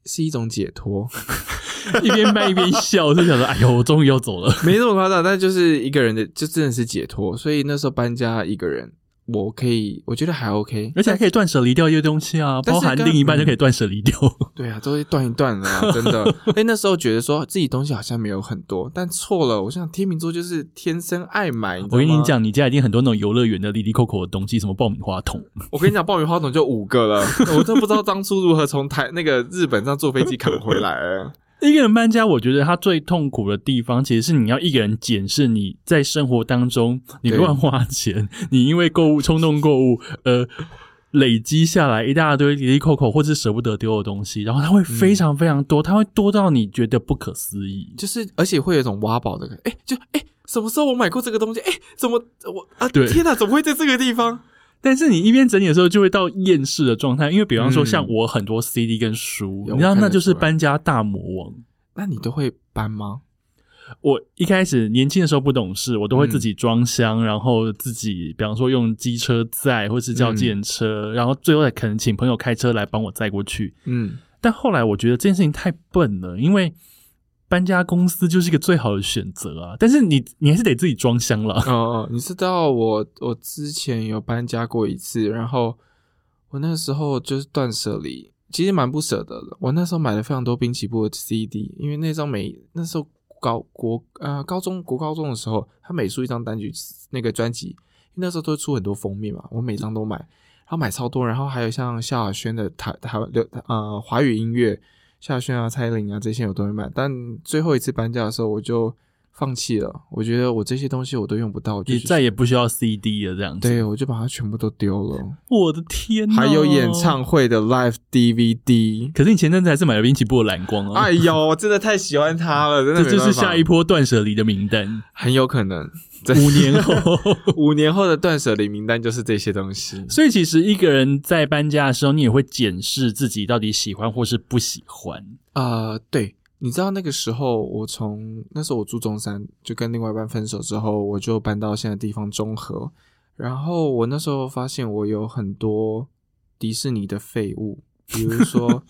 Speaker 2: 是一种解脱。
Speaker 1: 一边搬一边笑，就想说，哎呦，我终于要走了，
Speaker 2: 没那么夸张，但就是一个人的，就真的是解脱。所以那时候搬家一个人，我可以，我觉得还 OK。
Speaker 1: 而且还可以断舍离掉一些东西啊，
Speaker 2: 但
Speaker 1: 包
Speaker 2: 是
Speaker 1: 含
Speaker 2: 跟
Speaker 1: 另一半就可以断舍离掉。
Speaker 2: 对啊，都是断一断了 啊，真的。哎，那时候觉得说自己东西好像没有很多，但错了。我想天秤座就是天生爱买，
Speaker 1: 我跟
Speaker 2: 你知道
Speaker 1: 你
Speaker 2: 吗，
Speaker 1: 讲，你家一定很多那种游乐园的滴滴扣扣的东西，什么爆米花桶，
Speaker 2: 我跟你讲，爆米花筒就五个了， 我真不知道当初如何从台那个日本上坐飞机扛 回来、哎
Speaker 1: 一个人搬家，我觉得他最痛苦的地方，其实是你要一个人检视你在生活当中，你
Speaker 2: 对
Speaker 1: 乱花钱，你因为购物冲动购物，呃，累积下来一大堆离离扣扣或是舍不得丢的东西，然后它会非常非常多，它会多到你觉得不可思议。
Speaker 2: 就是而且会有一种挖宝的感觉，哎、就哎、什么时候我买过这个东西？哎、怎么我啊？
Speaker 1: 对
Speaker 2: 天哪、怎么会在这个地方？
Speaker 1: 但是你一边整理的时候，就会到厌世的状态，因为比方说
Speaker 2: 嗯
Speaker 1: 像我很多 CD 跟书，
Speaker 2: 有
Speaker 1: 你知道
Speaker 2: 看得
Speaker 1: 那就是
Speaker 2: 出来
Speaker 1: 搬家大魔王。
Speaker 2: 那你都会搬吗？
Speaker 1: 我一开始年轻的时候不懂事，我都
Speaker 2: 嗯
Speaker 1: 会自己装箱，然后自己，比方说用机车载，或是叫
Speaker 2: 嗯
Speaker 1: 电车，然后最后再可能请朋友开车来帮我载过去。
Speaker 2: 嗯，
Speaker 1: 但后来我觉得这件事情太笨了，因为搬家公司就是一个最好的选择啊。但是你你还是得自己装箱了，
Speaker 2: 哦哦，你知道我我之前有搬家过一次，然后我那时候就是断舍离，其实蛮不舍得的。我那时候买了非常多滨崎步的 CD，因为那张美那时候高国呃高中国高中的时候，他每出一张单曲那个专辑，因为那时候都会出很多封面嘛，我每张都买，然后买超多，然后还有像萧亚轩的台台湾流呃华语音乐，萧亚轩啊、蔡依林啊这些我都会买，但最后一次搬家的时候我就放弃了，我觉得我这些东西我都用不到，我就
Speaker 1: 你
Speaker 2: 是
Speaker 1: 再也不需要 CD 了，这样子。
Speaker 2: 对，我就把它全部都丢 了，
Speaker 1: 我的天、
Speaker 2: 还有演。唱会的 live DVD，
Speaker 1: 可是你前阵子还是买了滨崎步的蓝光啊，
Speaker 2: 哎呦，我真的太喜欢它了，真的
Speaker 1: 这
Speaker 2: 没
Speaker 1: 就是
Speaker 2: 办法
Speaker 1: 下一波断舍离的名 单。
Speaker 2: 很有可能真
Speaker 1: 五年后，
Speaker 2: 五年后的断舍离名单就是这些东西，
Speaker 1: 所以其实一个人在搬家的时候，你也会检视自己到底喜欢或是不喜欢。
Speaker 2: 呃，对，你知道那个时候我从那时候我住中山，就跟另外一半分手之后，我就搬到现在的地方中和。然后我那时候发现我有很多迪士尼的废物，比如 说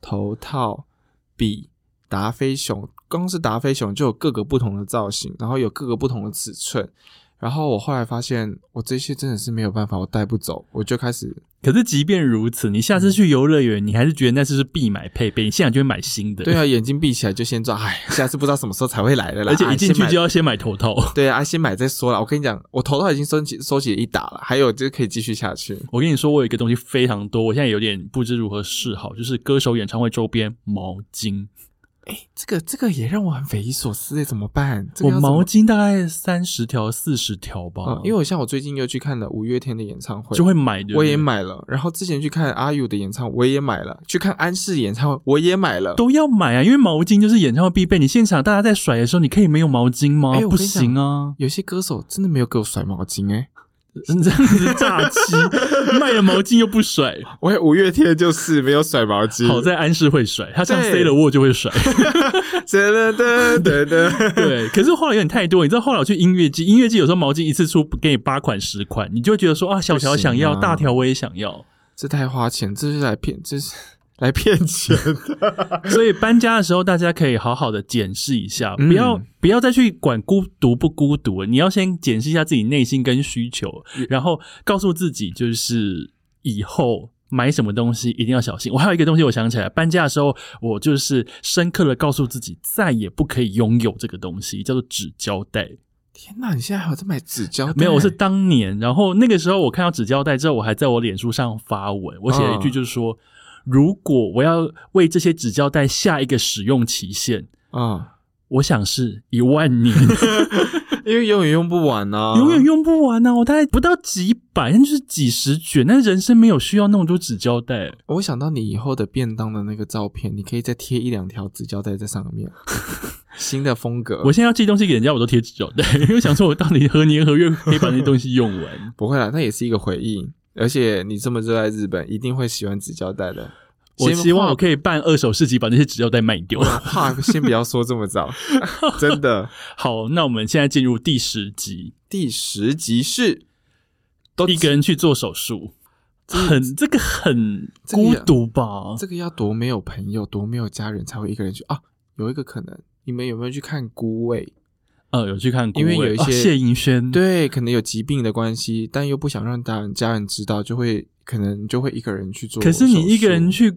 Speaker 2: 头套、笔、达菲熊，光是达菲熊就有各个不同的造型，然后有各个不同的尺寸。然后我后来发现，我这些真的是没有办法，我带不走，我就开始
Speaker 1: 可是即便如此，你下次去游乐园，你还是觉得那次是必买配备，你现在就会买新的。
Speaker 2: 对啊，眼睛闭起来就先抓，哎，下次不知道什么时候才会来的 啦。
Speaker 1: 而且
Speaker 2: 哎
Speaker 1: 一进
Speaker 2: 先
Speaker 1: 去
Speaker 2: 买
Speaker 1: 就要先买头 套。
Speaker 2: 对啊，先买再说啦。我跟你讲，我头套已经收集收集了一打了，还有就是可以继续下去。
Speaker 1: 我跟你说，我有一个东西非常多，我现在有点不知如何是好，就是歌手演唱会周边毛巾。
Speaker 2: 这个这个也让我很匪夷所思欸诶，怎么办？这
Speaker 1: 我
Speaker 2: 个要怎么
Speaker 1: 毛巾大概三十条、四十条吧
Speaker 2: 嗯，，因为我像我最近又去看了五月天的演唱会，
Speaker 1: 就会买的。
Speaker 2: 我也买了。然后之前去看阿 U 的演唱会，我也买了；去看安室演唱会，我也买了。
Speaker 1: 都要买啊，因为毛巾就是演唱会必备。你现场大家在甩的时候，你可以没有毛巾吗？
Speaker 2: 哎我
Speaker 1: 不
Speaker 2: 跟你讲
Speaker 1: 行啊。
Speaker 2: 有些歌手真的没有给我甩毛巾欸诶，
Speaker 1: 你这样子诈欺，卖了毛巾又不甩，
Speaker 2: 我五月天 就是没有甩毛巾。
Speaker 1: 好在安室会甩，他唱
Speaker 2: 对
Speaker 1: C 了我就会甩。
Speaker 2: 噔噔噔噔
Speaker 1: 对，可是后来有点太多，你知道后来我去音乐季，音乐季有时候毛巾一次出给你八款十款，你就会觉得说啊，小条想要，
Speaker 2: 不行啊
Speaker 1: 大条我也想要。
Speaker 2: 这太花钱，这是来骗，这是来骗钱。
Speaker 1: 所以搬家的时候，大家可以好好的检视一下，
Speaker 2: 嗯
Speaker 1: 不要、不要再去管孤独不孤独，你要先检视一下自己内心跟需求，
Speaker 2: 嗯
Speaker 1: 然后告诉自己，就是以后买什么东西一定要小心。我还有一个东西，我想起来，搬家的时候，我就是深刻的告诉自己，再也不可以拥有这个东西，叫做纸胶带。
Speaker 2: 天哪，你现在还有在买纸胶带？
Speaker 1: 没有，我是当年，然后那个时候我看到纸胶带之后，我还在我脸书上发文，我写了一句
Speaker 2: 嗯
Speaker 1: 就是说。如果我要为这些纸胶带下一个使用期限，
Speaker 2: 啊、
Speaker 1: 我想是一万年，
Speaker 2: 因为永远用不完 啊，
Speaker 1: 永远用不完呢、我大概不到几百，那就是几十卷。但是人生没有需要那么多纸胶带，
Speaker 2: 我想到你以后的便当的那个照片，你可以再贴一两条纸胶带在上 面，新的风格。。
Speaker 1: 我现在要寄东西给人家，我都贴纸胶带，因为想说我到底何年何月可以把那些东西用完
Speaker 2: 不会啦，那也是一个回忆。而且你这么热爱日本，一定会喜欢纸胶带的。
Speaker 1: 我
Speaker 2: 先
Speaker 1: 希望我
Speaker 2: 话
Speaker 1: 可以办二手市集，把那些纸胶带卖掉。
Speaker 2: 话先不要说这么早，真的。
Speaker 1: 好，那我们现在进入第十集，
Speaker 2: 第十集是都
Speaker 1: 一个人去做手术，很这个很
Speaker 2: 这个
Speaker 1: 孤
Speaker 2: 也
Speaker 1: 独吧？
Speaker 2: 这个要多没有朋友，多没有家人才会一个人去啊？有一个可能，你们有没有去看《孤味》？
Speaker 1: 呃，有去看顾问，
Speaker 2: 因为有一些
Speaker 1: 哦谢盈萱，，
Speaker 2: 对，可能有疾病的关系，但又不想让家人家人知道，就会可能就会一个人去做手
Speaker 1: 可
Speaker 2: 术。
Speaker 1: 是你一个人去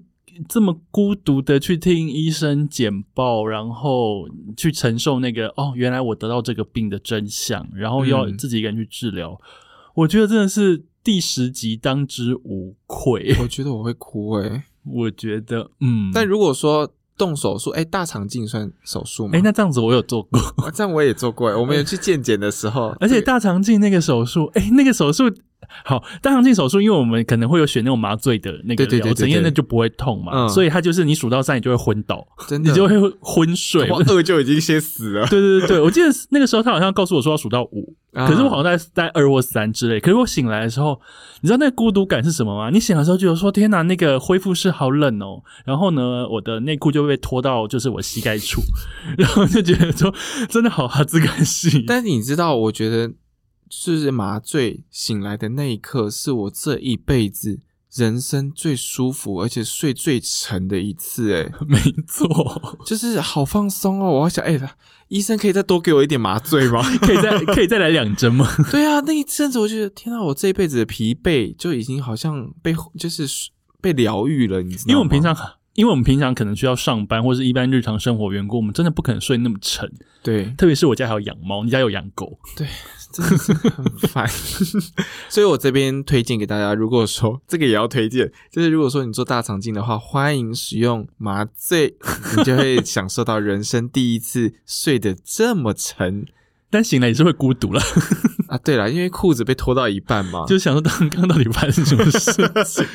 Speaker 1: 这么孤独的去听医生简报，然后去承受那个哦，原来我得到这个病的真相，然后要
Speaker 2: 嗯
Speaker 1: 自己一个人去治疗，我觉得真的是第十集当之无愧。
Speaker 2: 我觉得我会哭诶、
Speaker 1: 嗯我觉得，嗯，
Speaker 2: 但如果说动手术，哎、大肠镜算手术吗？
Speaker 1: 哎、那这样子我有做过，
Speaker 2: 啊这样我也做过、诶我们有去健检的时候，
Speaker 1: 而且
Speaker 2: 这个
Speaker 1: 大肠镜那个手术，哎、那个手术好，大肠镜手术，因为我们可能会有选那种麻醉的那个
Speaker 2: 对对对
Speaker 1: 疗程，
Speaker 2: 对对
Speaker 1: 因为那就不会痛嘛，
Speaker 2: 嗯
Speaker 1: 所以它就是你数到三，你就会昏 倒，
Speaker 2: 真的
Speaker 1: 你就会昏 睡。
Speaker 2: 我饿就已经先死了。
Speaker 1: 对对对对，我记得那个时候他好像告诉我说要数到五，
Speaker 2: 啊
Speaker 1: 可是我好像在在二或三之类。可是我醒来的时候，你知道那个孤独感是什么吗？你醒来的时候就有说：“天哪，那个恢复室好冷哦。”然后呢，我的内裤就被拖到就是我膝盖处， 然后就觉得说真的好哈兹感系。
Speaker 2: 但是你知道，我觉得就是麻醉醒来的那一刻，是我这一辈子人生最舒服，而且睡最沉的一次、欸。
Speaker 1: 没错，
Speaker 2: 就是好放松哦。我好想，哎、医生可以再多给我一点麻醉 吗？
Speaker 1: 可以再可以再来两针吗？
Speaker 2: 对啊，那一阵子我觉得，天啊，我这一辈子的疲惫就已经好像被就是被疗愈了，你知道吗？
Speaker 1: 因为我们平常。因为我们平常可能需要上班或是一般日常生活缘故，我们真的不可能睡那么沉。
Speaker 2: 对
Speaker 1: 特别是我家还有养猫，你家有养狗，
Speaker 2: 真的是很烦， 所以我这边推荐给大家，如果说这个也要推荐，就是如果说你做大肠镜的话，欢迎使用麻醉，你就会享受到人生第一次睡得这么沉
Speaker 1: 但醒来也是会孤独啦。
Speaker 2: 啊！对了，因为裤子被脱到一半 嘛，
Speaker 1: 就想说刚刚到底发生什么 事情？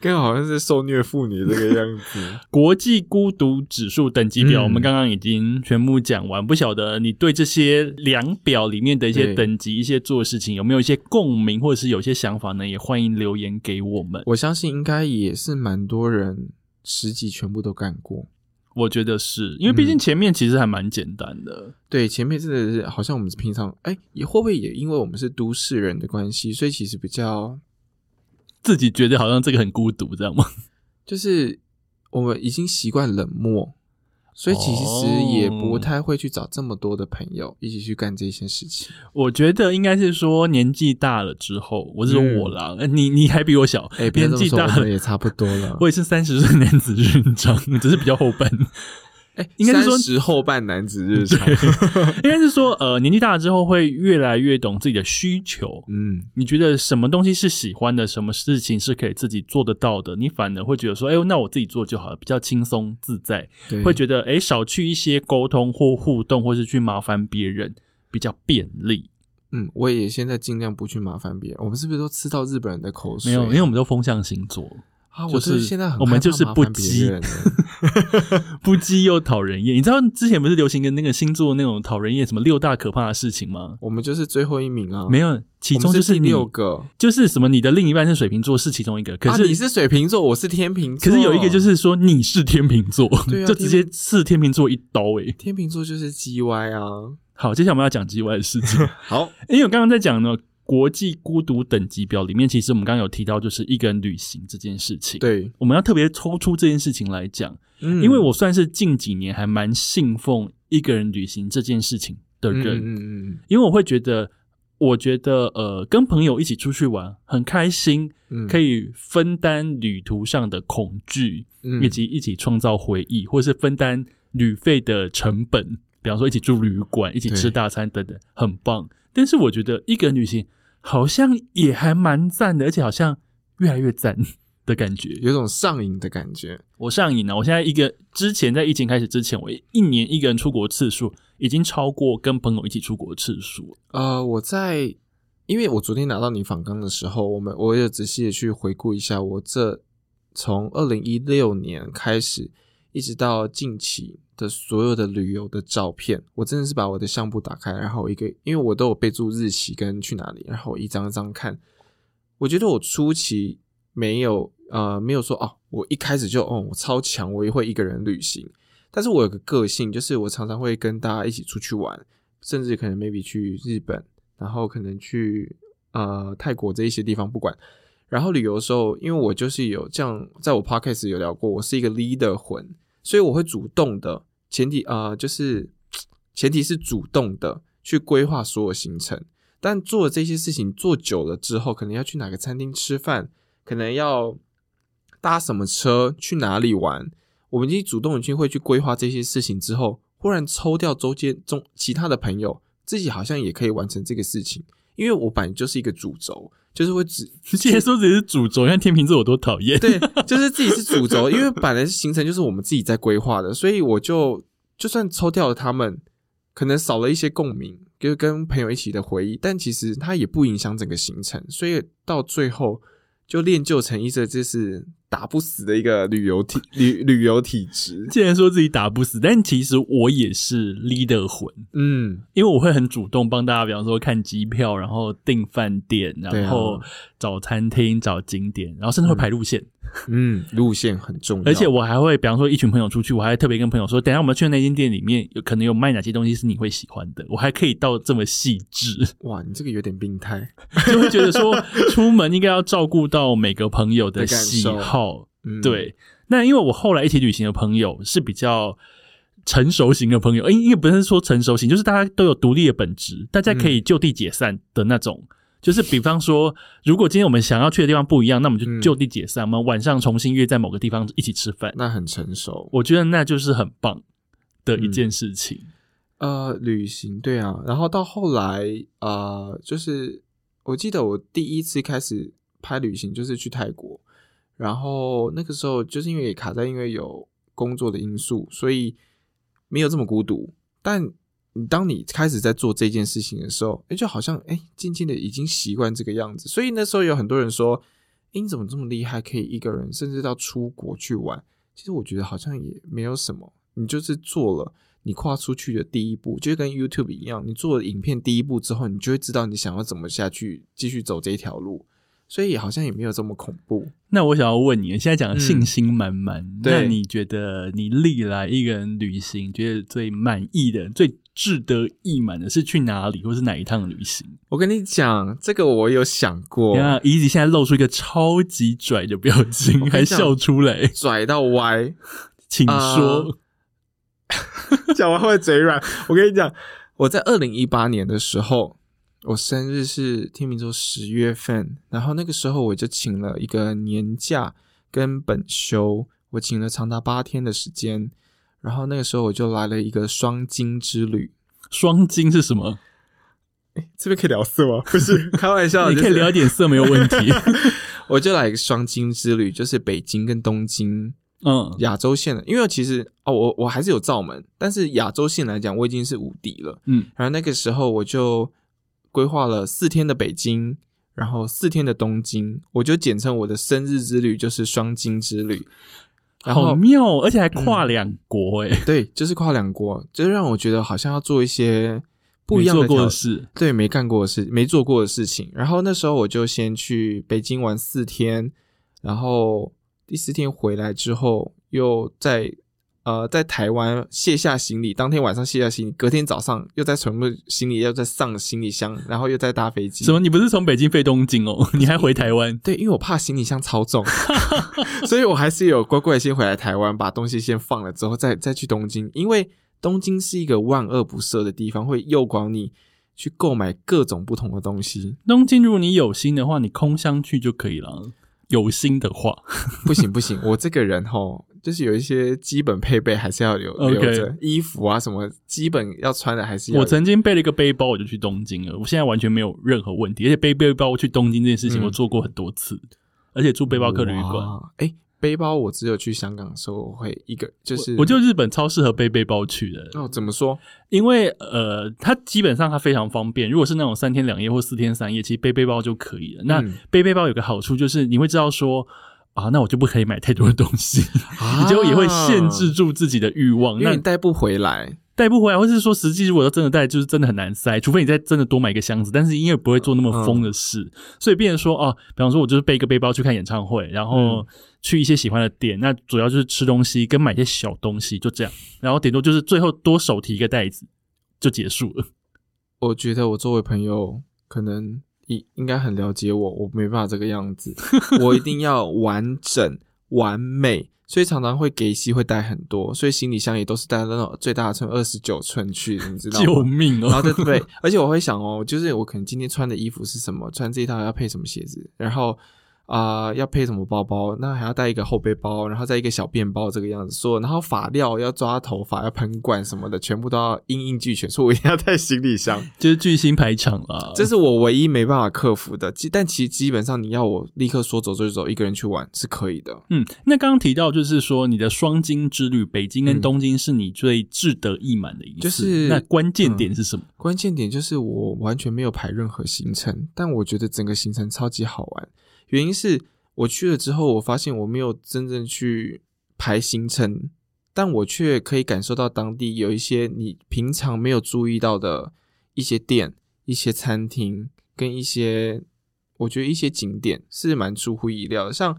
Speaker 2: 跟好像是受虐妇女这个样子。
Speaker 1: 国际孤独指数等级表，
Speaker 2: 嗯
Speaker 1: 我们刚刚已经全部讲完，不晓得你对这些量表里面的一些
Speaker 2: 对
Speaker 1: 等级、一些做事情有没有一些共鸣，或者是有些想法呢？也欢迎留言给我们。
Speaker 2: 我相信应该也是蛮多人十级全部都干过。
Speaker 1: 我觉得是因为毕竟
Speaker 2: 嗯
Speaker 1: 前面其实还蛮简单的，
Speaker 2: 对，前面真的是好像我们平常，哎、也会不会也因为我们是都市人的关系，所以其实比较
Speaker 1: 自己觉得好像这个很孤独，这样吗？
Speaker 2: 就是我们已经习惯冷漠，所以其实也不太会去找这么多的朋友一起去干这些事情。
Speaker 1: 我觉得应该是说年纪大了之后，我是说
Speaker 2: 嗯
Speaker 1: 我啦，呃你你还比我小，
Speaker 2: 哎、别
Speaker 1: 年
Speaker 2: 这么
Speaker 1: 纪
Speaker 2: 说，
Speaker 1: 大
Speaker 2: 我
Speaker 1: 了
Speaker 2: 们。也差不多了。
Speaker 1: 我也是三十岁男子勋章，只是比较后半。
Speaker 2: 哎、
Speaker 1: 应该是说
Speaker 2: 十后半男子日常。
Speaker 1: 应该是说，呃，年纪大了之后会越来越懂自己的需求。
Speaker 2: 嗯，
Speaker 1: 你觉得什么东西是喜欢的，什么事情是可以自己做得到的？你反而会觉得说，哎呦，那我自己做就好了，比较轻松自在。
Speaker 2: 对，
Speaker 1: 会觉得，哎，少去一些沟通或互动，或是去麻烦别人，比较便利。
Speaker 2: 嗯，我也现在尽量不去麻烦别人。我们是不是都吃到日本人的口水
Speaker 1: 没
Speaker 2: 啊？
Speaker 1: 有，因为我们都风象星座，
Speaker 2: 啊，
Speaker 1: 就
Speaker 2: 我
Speaker 1: 是
Speaker 2: 是现在很
Speaker 1: 我们
Speaker 2: 害怕
Speaker 1: 就是
Speaker 2: 麻
Speaker 1: 不
Speaker 2: 烦别
Speaker 1: 羁
Speaker 2: 人欸
Speaker 1: 不羁又讨人厌。你知道之前不是流行跟那个星座那种讨人厌什么六大可怕的事情吗？
Speaker 2: 我们就是最后一名啊，
Speaker 1: 没有，其
Speaker 2: 我们
Speaker 1: 中嗯就是是
Speaker 2: 第
Speaker 1: 你
Speaker 2: 六个。
Speaker 1: 就是什么，你的另一半是水瓶座是其中一个，可
Speaker 2: 啊
Speaker 1: 是、
Speaker 2: 你是水瓶座，我是天秤座，
Speaker 1: 可是有一个就是是说你是天秤座，
Speaker 2: 哦对 啊
Speaker 1: 就直接刺天秤座一刀诶、
Speaker 2: 天秤座就是 G Y 啊。
Speaker 1: 好，接下来我们要讲 G Y 的事 情，
Speaker 2: 好，
Speaker 1: 因为我刚刚在讲呢，国际孤独等级表里面，其实我们刚刚有提到就是一个人旅行这件事情。，
Speaker 2: 对，
Speaker 1: 我们要特别抽出这件事情来讲，
Speaker 2: 嗯
Speaker 1: 因为我算是近几年还蛮信奉一个人旅行这件事情的
Speaker 2: 嗯
Speaker 1: 人，
Speaker 2: 嗯嗯嗯
Speaker 1: 因为我会觉得，我觉得呃，跟朋友一起出去玩很开心，
Speaker 2: 嗯，
Speaker 1: 可
Speaker 2: 以
Speaker 1: 以分担旅途上的恐惧。
Speaker 2: 嗯
Speaker 1: 以及一起创造回忆，或是分担旅费的成本，比方说一起住旅馆、一起吃
Speaker 2: 对
Speaker 1: 大餐等等，很棒。但是我觉得一个人旅行好像也还蛮赞的，而且好像越来越赞的感觉。
Speaker 2: 有种上瘾的感觉。
Speaker 1: 我上瘾了，我现在一个之前在疫情开始之前，我一年一个人出国次数已经超过跟朋友一起出国次数了。
Speaker 2: 呃，我在，因为我昨天拿到你访纲的时候，我们我也仔细的去回顾一下，我这从二零一六年开始，一直到近期的所有的旅游的照片，我真的是把我的相簿打开，然后一个，因为我都有备注日期跟去哪里，然后我一张一张看，我觉得我初期没有呃没有说哦，我一开始就哦我超强，我也会一个人旅行，但是我有个个性，就是我常常会跟大家一起出去玩。甚至可能 maybe 去日本，然后可能去呃泰国这一些地方不管。然后旅游的时候，因为我就是有这样，在我 podcast 有聊过，我是一个 leader 魂，所以我会主动的，前提呃就是前提是主动的去规划所有行程。但做这些事情做久了之后，可能要去哪个餐厅吃饭，可能要搭什么车去哪里玩，我们已经主动已经会去规划这些事情之后，忽然抽掉周间中其他的朋友，自己好像也可以完成这个事情，因为我本来就是一个主轴，就是会只
Speaker 1: 接说自己是主轴，你看天秤座有多讨厌。
Speaker 2: 对，就是自己是主轴，因为本来行程就是我们自己在规划的，所以我就就算抽掉了他们，可能少了一些共鸣，就是跟朋友一起的回忆，但其实它也不影响整个行程，所以到最后就练就成一个就是打不死的一个旅游体旅旅游体质。
Speaker 1: 既然说自己打不死，但其实我也是 leader 魂，
Speaker 2: 嗯，
Speaker 1: 因为我会很主动帮大家，比方说看机票，然后订饭店，
Speaker 2: 对
Speaker 1: 然
Speaker 2: 啊
Speaker 1: 后找餐厅、找景点，然后甚至会排路线。
Speaker 2: 嗯，啊路线很重要，
Speaker 1: 而且我还会，比方说一群朋友出去，我还特别跟朋友说，等一下我们去的那间店里面有可能有卖哪些东西是你会喜欢的，我还可以到这么细致。
Speaker 2: 哇，你这个有点病态，
Speaker 1: 就会觉得说，出门应该要照顾到每个朋友的
Speaker 2: 的感
Speaker 1: 喜
Speaker 2: 受
Speaker 1: 好。
Speaker 2: 嗯，
Speaker 1: 对，那因为我后来一起旅行的朋友是比较成熟型的朋友，诶因为不是说成熟型，就是大家都有独立的本质，大家
Speaker 2: 嗯
Speaker 1: 可以就地解散的那种。就是比方说，如果今天我们想要去的地方不一样，那我们就
Speaker 2: 嗯
Speaker 1: 就地解散，我们晚上重新约在某个地方一起吃饭。
Speaker 2: 那很成熟。
Speaker 1: 我觉得那就是很棒的一
Speaker 2: 嗯
Speaker 1: 件事情。
Speaker 2: 呃，旅行对啊，然后到后来呃，就是我记得我第一次开始拍旅行就是去泰国，然后那个时候就是因为也卡在因为有工作的因素，所以没有这么孤独。但你当你开始在做这件事情的时候，哎，就好像哎，渐渐的已经习惯这个样子。所以那时候有很多人说，哎，你怎么这么厉害，可以一个人甚至到出国去玩？其实我觉得好像也没有什么，你就是做了。你跨出去的第一步，就跟 YouTube 一样，你做了影片第一步之后，你就会知道你想要怎么下去继续走这一条路，所以好像也没有这么恐怖。
Speaker 1: 那我想要问你，现在讲信心满满，那
Speaker 2: 嗯对
Speaker 1: 你觉得你历来一个人旅行，觉得最满意的、最志得意满的是去哪里，或是哪一趟旅行？
Speaker 2: 我跟你讲，这个我有想过
Speaker 1: 你，看，Easy 现在露出一个超级拽的表情，
Speaker 2: 我跟
Speaker 1: 还
Speaker 2: 你讲
Speaker 1: 笑出来，
Speaker 2: 拽到歪，
Speaker 1: 请
Speaker 2: 啊
Speaker 1: 说。
Speaker 2: 讲完会嘴软。我跟你讲，我在二零一八年的时候，我生日是天秤座十月份，然后那个时候我就请了一个年假跟本休，我请了长达八天的时间，然后那个时候我就来了一个双金之旅。
Speaker 1: 双金是什么？
Speaker 2: 这边可以聊色吗？不是， 开玩笑，
Speaker 1: 你可以
Speaker 2: 就是
Speaker 1: 聊一点色没有 问题。
Speaker 2: 我就来一个双金之旅，就是北京跟东京
Speaker 1: 嗯，
Speaker 2: 亚洲线的，因为其实哦，我我还是有罩门，但是亚洲线来讲，我已经是无敌了。
Speaker 1: 嗯，
Speaker 2: 然后那个时候我就规划了四天的北京，然后四天的东京，我就简称我的生日之旅就是双金之旅。然后嗯
Speaker 1: 好妙哦，而且还跨两国哎、
Speaker 2: 对，就是跨两国，就是让我觉得好像要做一些不一样
Speaker 1: 没
Speaker 2: 的
Speaker 1: 做过
Speaker 2: 挑
Speaker 1: 的事。
Speaker 2: 对，没干过的事，没做过的事情。然后那时候我就先去北京玩四天，然后第四天回来之后，又在呃在台湾卸下行李，当天晚上卸下行李，隔天早上又再全部行李要再上行李箱，然后又再搭飞机
Speaker 1: 什。么？你不是从北京飞东京哦？你还回台湾？
Speaker 2: 对，因为我怕行李箱超重， 所以我还是有乖乖地先回来台湾，把东西先放了之后再再去东京，因为东京是一个万恶不赦的地方，会诱拐你去购买各种不同的东西。
Speaker 1: 东京，如果你有心的话，你空箱去就可以了。有心的话，
Speaker 2: 不行 不行，我这个人吼，就是有一些基本配备还是要留
Speaker 1: OK
Speaker 2: 留着，衣服啊什么基本要穿的还是要有。
Speaker 1: 我曾经背了一个背包，我就去东京了。我现在完全没有任何问题，而且背背包去东京这件事情，
Speaker 2: 嗯
Speaker 1: 我做过很多次，而且住背包客旅馆。我
Speaker 2: 哇，哎、背包我只有去香港的时候我会一个，就是
Speaker 1: 我就日本超适合背背包去的，
Speaker 2: 哦怎么说，
Speaker 1: 因为呃，它基本上它非常方便。如果是那种三天两夜或四天三夜，其实背背包就可以了。那
Speaker 2: 嗯
Speaker 1: 背背包有个好处就是你会知道说啊，那我就不可以买太多的东西， 你就也会限制
Speaker 2: 啊，
Speaker 1: 住自己的欲望。
Speaker 2: 因
Speaker 1: 那
Speaker 2: 为你带不回来。
Speaker 1: 带不回来，或是说实际如果要真的带，就是真的很难塞，除非你再真的多买一个箱子。但是因为不会做那么疯的事，所以变成说哦，比方说我就是背一个背包去看演唱会，然后去一些喜欢的店，那主要就是吃东西跟买一些小东西，就这样。然后顶多就是最后多手提一个袋子就结束了。
Speaker 2: 我觉得我作为朋友，可能应应 该很了解我，我没办法这个样子，我一定要完整、完美，所以常常会给息会带很多，所以行李箱也都是带那种最大的寸二十九寸去，你知道
Speaker 1: 救
Speaker 2: 吗？
Speaker 1: 命
Speaker 2: 然后
Speaker 1: 哦！
Speaker 2: 对对，而且我会想哦，就是我可能今天穿的衣服是什么，穿这一套要配什么鞋子，然后啊、要配什么包包，那还要带一个后背包，然后再一个小便包这个样子说，然后发料要抓头发要喷管什么的，全部都要应应俱全，所以我一定要带行李箱。
Speaker 1: 就是巨星排场啊啦，
Speaker 2: 这是我唯一没办法克服的。基但其实基本上你要我立刻说走就走，一个人去玩是可以的。
Speaker 1: 嗯，那刚刚提到就是说，你的双京之旅，北京跟
Speaker 2: 嗯
Speaker 1: 东京是你最志得意满的一次。
Speaker 2: 就是
Speaker 1: 那关键点是什么？
Speaker 2: 关键点就是我完全没有排任何行程，但我觉得整个行程超级好玩。原因是我去了之后，我发现我没有真正去排行程，但我却可以感受到当地有一些你平常没有注意到的一些店、一些餐厅跟一些，我觉得一些景点是蛮出乎意料的。像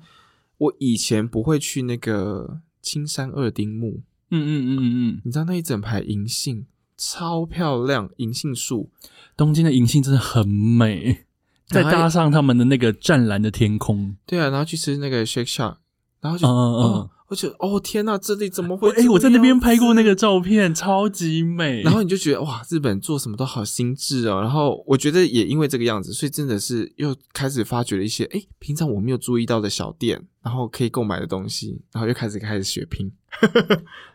Speaker 2: 我以前不会去那个青山二丁目，
Speaker 1: 嗯嗯嗯嗯嗯，
Speaker 2: 你知道那一整排银杏超漂亮，银杏树。
Speaker 1: 东京的银杏真的很美，再
Speaker 2: 哪里
Speaker 1: 搭上他们的那个湛蓝的天空，
Speaker 2: 对啊，然后去吃那个 Shake Shack，然后就，
Speaker 1: 嗯嗯嗯
Speaker 2: 哦，我觉得哦天呐，这里怎么会
Speaker 1: 我
Speaker 2: 这
Speaker 1: 哎、
Speaker 2: 样子？
Speaker 1: 我在那边拍过那个照片，超级美。
Speaker 2: 然后你就觉得哇，日本做什么都好精致哦。然后我觉得也因为这个样子，所以真的是又开始发掘了一些哎，诶平常我没有注意到的小店，然后可以购买的东西，然后又开始开始血拼。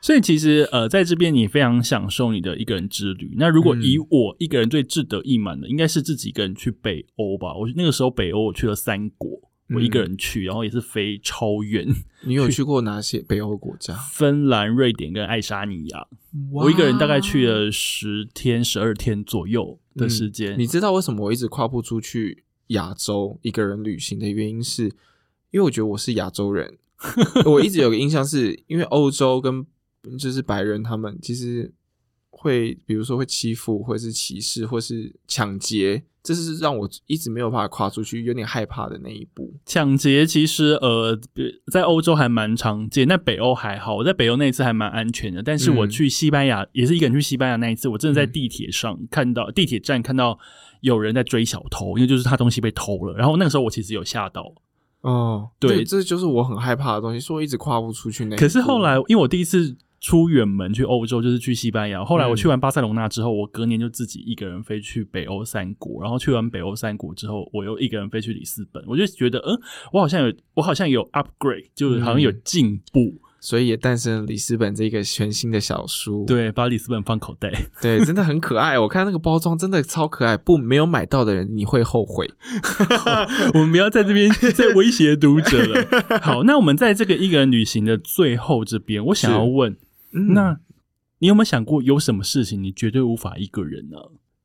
Speaker 1: 所以其实呃，在这边你非常享受你的一个人之旅。那如果以我一个人最志得意满的，应该是自己一个人去北欧吧。我那个时候北欧我去了三国，
Speaker 2: 嗯
Speaker 1: 我一个人去，然后也是飞超远，嗯
Speaker 2: 你有去过哪些北欧国家？
Speaker 1: 芬兰、瑞典跟爱沙尼亚，我一个人大概去了十天、十二天左右的时间。
Speaker 2: 你知道为什么我一直跨不出去亚洲一个人旅行的原因是，因为我觉得我是亚 洲人。我一直有个印象是，因为欧洲跟就是白人他们其实会，比如说会欺负，或是歧视，或是抢劫，这是让我一直没有办法跨出去，有点害怕的那一步。
Speaker 1: 抢劫其实呃，在欧洲还蛮常见，那北欧还好。我在北欧那一次还蛮安全的，但是我
Speaker 2: 嗯
Speaker 1: 去西班牙、也是一个人去西班牙那一次，我真的在地铁上看到、地铁站看到有人在追小偷，因为就是他东西被偷了。然后那个时候我其实有吓到，
Speaker 2: 哦，
Speaker 1: 对
Speaker 2: 这就是我很害怕的东西，所以我一直跨不出去那一步。
Speaker 1: 可是后来因为我第一次。出远门去欧洲就是去西班牙，后来我
Speaker 2: 嗯
Speaker 1: 去完巴塞隆纳之后，我隔年就自己一个人飞去北欧三国，然后去完北欧三国之后，我又一个人飞去里斯本，我就觉得，嗯，我好像有，我好像有 upgrade，就是好像有
Speaker 2: 嗯
Speaker 1: 进步，
Speaker 2: 所以也诞生了里斯本这个全新的小书。
Speaker 1: 对，把里斯本放口袋。
Speaker 2: 对，真的很可爱。我看那个包装真的超可爱，不没有买到的人你会后悔。
Speaker 1: 我们不要在这 边在威胁读者了。好，那我们在这个一个人旅行的最后这边，我想要问，
Speaker 2: 嗯
Speaker 1: 那你有没有想过有什么事情你绝对无法一个人呢、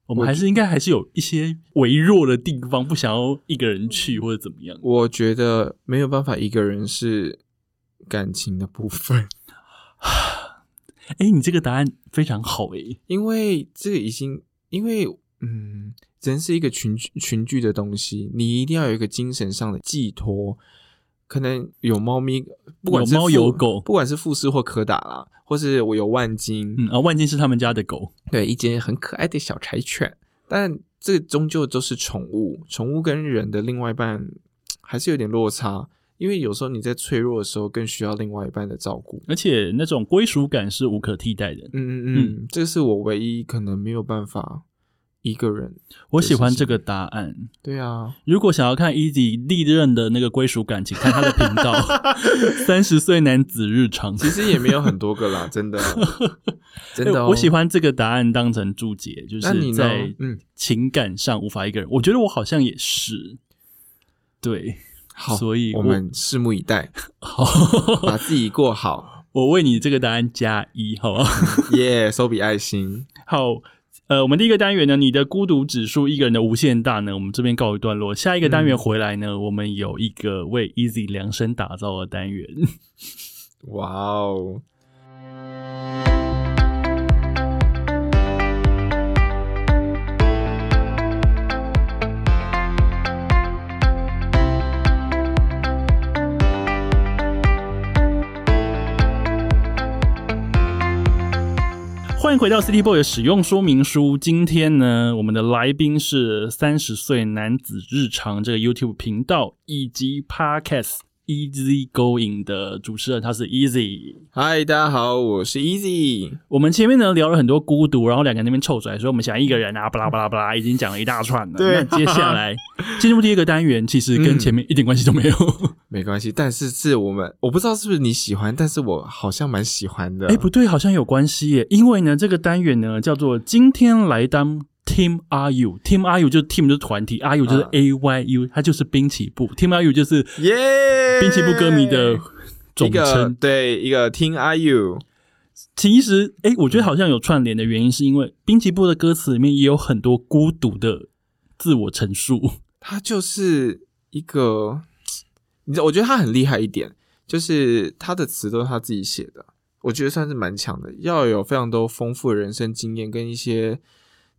Speaker 1: 我们
Speaker 2: 我
Speaker 1: 还是应该还是有一些微弱的地方，不想要一个人去或者怎么样。
Speaker 2: 我觉得没有办法一个人是感情的部分，
Speaker 1: 哎、你这个答案非常好哎、
Speaker 2: 因为这个已经，因为嗯，人是一个群居群居的东西，你一定要有一个精神上的寄托。可能有猫咪，不管是
Speaker 1: 有猫
Speaker 2: 富
Speaker 1: 有狗
Speaker 2: 不管是富士或柯达啦，或是我有万金，
Speaker 1: 嗯啊，万金是他们家的狗，
Speaker 2: 对，一间很可爱的小柴犬，但这终究都是宠物，宠物跟人的另外一半嘖还是有点落差，因为有时候你在脆弱的时候更需要另外一半的照顾。
Speaker 1: 而且那种归属感是无可替代的。
Speaker 2: 嗯嗯嗯，这是我唯一可能没有办法一个人。
Speaker 1: 我喜欢这个答案。
Speaker 2: 对啊，
Speaker 1: 如果想要看 Easy 历任的那个归属感，请看他的频 道《三十岁男子日常》
Speaker 2: 其实也没有很多个啦，真 的，真的、哦
Speaker 1: 哎我喜。欢这个答案当成注解，就
Speaker 2: 那你
Speaker 1: 是
Speaker 2: 呢
Speaker 1: 在？
Speaker 2: 嗯，
Speaker 1: 情感上无法一个人。我觉得我好像也是，对，
Speaker 2: 好，
Speaker 1: 所以
Speaker 2: 我
Speaker 1: 我
Speaker 2: 们拭目以待，
Speaker 1: 好，
Speaker 2: 把自己过好，
Speaker 1: 我为你这个答案加一，好不好？
Speaker 2: 耶，手比爱心。
Speaker 1: 好。呃，我们第一个单元呢，你的孤独指数一个人的无限大呢，我们这边告一段落。下一个单
Speaker 2: 嗯
Speaker 1: 元回来呢，我们有一个为 Easy 量身打造的单元。
Speaker 2: 哇哦，
Speaker 1: 欢迎回到 City Boy 的使用说明书。今天呢，我们的来宾是三十岁男子日常这个 YouTube 频道以及 Podcast。 Easy Going 的主持人，他是 Easy。
Speaker 2: 嗨，大家好，我是 Easy。
Speaker 1: 我们前面呢聊了很多孤独，然后两个人那边臭拽，说我们想一个人啊，巴拉巴拉巴拉，已经讲了一大串了。
Speaker 2: 对
Speaker 1: 那接下来进入第二个单元，其实跟前面一点关系都没有。
Speaker 2: 没关系，但是是我们，我不知道是不是你喜欢，但是我好像蛮喜欢的。
Speaker 1: 哎、不对，好像有关系耶，因为呢这个单元呢叫做今天来当。Team Are You？Team Are You 就是 Team 就是团体，Are You 就是
Speaker 2: 啊
Speaker 1: A Y U，、它就是滨崎步。Team Are You 就是
Speaker 2: 耶
Speaker 1: 滨崎步歌迷的
Speaker 2: 一
Speaker 1: 总
Speaker 2: 个
Speaker 1: 称。
Speaker 2: 对一个听 Are You
Speaker 1: 其实，哎、我觉得好像有串联的原因，是因为滨崎步的歌词里面也有很多孤独的自我陈述。
Speaker 2: 他就是一个，你知道，我觉得他很厉害一点，就是他的词都是他自己写的，我觉得算是蛮强的，要有非常多丰富的人生经验跟一些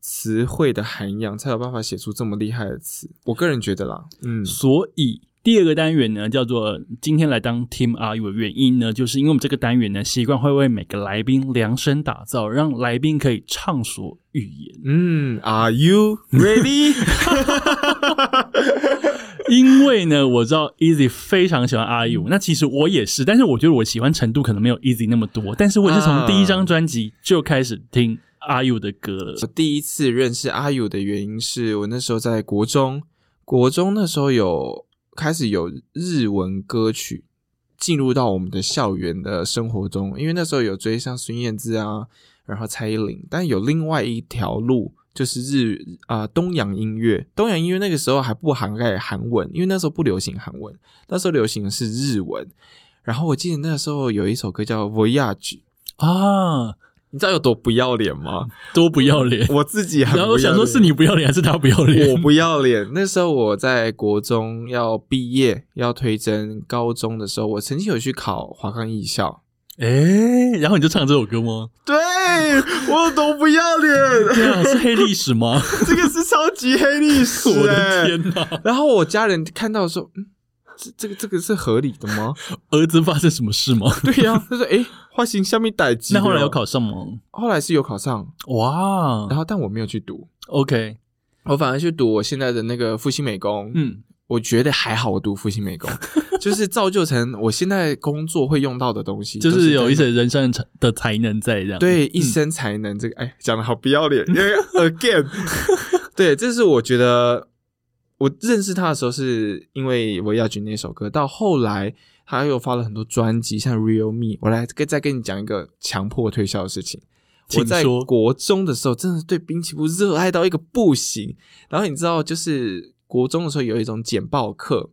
Speaker 2: 词汇的涵养，才有办法写出这么厉害的词。我个人觉得啦，嗯，
Speaker 1: 所以第二个单元呢，叫做今天来当 Team R U 的原因呢，就是因为我们这个单元呢，习惯会为每个来宾量身打造，让来宾可以畅所欲言。
Speaker 2: 嗯，Are you ready？
Speaker 1: 因为呢，我知道 Easy 非常喜欢 R
Speaker 2: 嗯
Speaker 1: U，那其实我也是，但是我觉得我喜欢程度可能没有 Easy 那么多，但是我也是从
Speaker 2: 啊
Speaker 1: 第一张专辑就开始听 R U 的歌了。
Speaker 2: 我第一次认识阿友的原因是我那时候在国中，国中那时候有开始有日文歌曲进入到我们的校园的生活中，因为那时候有追像孙燕姿啊，然后蔡依林，但有另外一条路就是日啊、东洋音乐，东洋音乐那个时候还不涵盖韩文，因为那时候不流行韩文，那时候流行的是日文。然后我记得那时候有一首歌叫《Voyage》，
Speaker 1: 啊，
Speaker 2: 你知道有多不要脸吗？
Speaker 1: 多不要 脸！
Speaker 2: 我自己很
Speaker 1: 然后我
Speaker 2: 不要
Speaker 1: 想说，
Speaker 2: 脸
Speaker 1: 是你不要脸还是他不要脸？
Speaker 2: 我不要脸。那时候我在国中要毕业，要推甄高中的时候，我曾经有去考华冈艺校。
Speaker 1: 哎、然后你就唱这首歌吗？
Speaker 2: 对我有多不要脸，
Speaker 1: 对啊，是黑历史 吗？
Speaker 2: 这个是超级黑历 史、
Speaker 1: 我的！天哪、
Speaker 2: 然后我家人看到说，嗯，这这个这个是合理的吗？
Speaker 1: 儿子发生什么事吗？
Speaker 2: 对呀、他说，诶，花型下面逮鸡。
Speaker 1: 那后来有，考上吗？
Speaker 2: 后来是有考上，
Speaker 1: 哇
Speaker 2: 然后但我没有去读，
Speaker 1: ，OK，
Speaker 2: 我反而去读我现在的那个复兴美工。
Speaker 1: 嗯，
Speaker 2: 我觉得还好，我读复兴美工，就是造就成我现在工作会用到的东西，
Speaker 1: 就
Speaker 2: 都
Speaker 1: 是有一
Speaker 2: 跟
Speaker 1: 些人嗯生的才能在这样。
Speaker 2: 对一身才能这个，哎，讲的好不要脸，因为 again，对，这是我觉得我认识他的时候是因为我要举那首歌，到后来他又发了很多专辑，像 Real Me，我来跟再跟你讲一个强迫推销的事情。
Speaker 1: 请
Speaker 2: 我在
Speaker 1: 说
Speaker 2: 国中的时候，真的对滨崎步热爱到一个不行。然后你知道，就是国中的时候有一种简报课，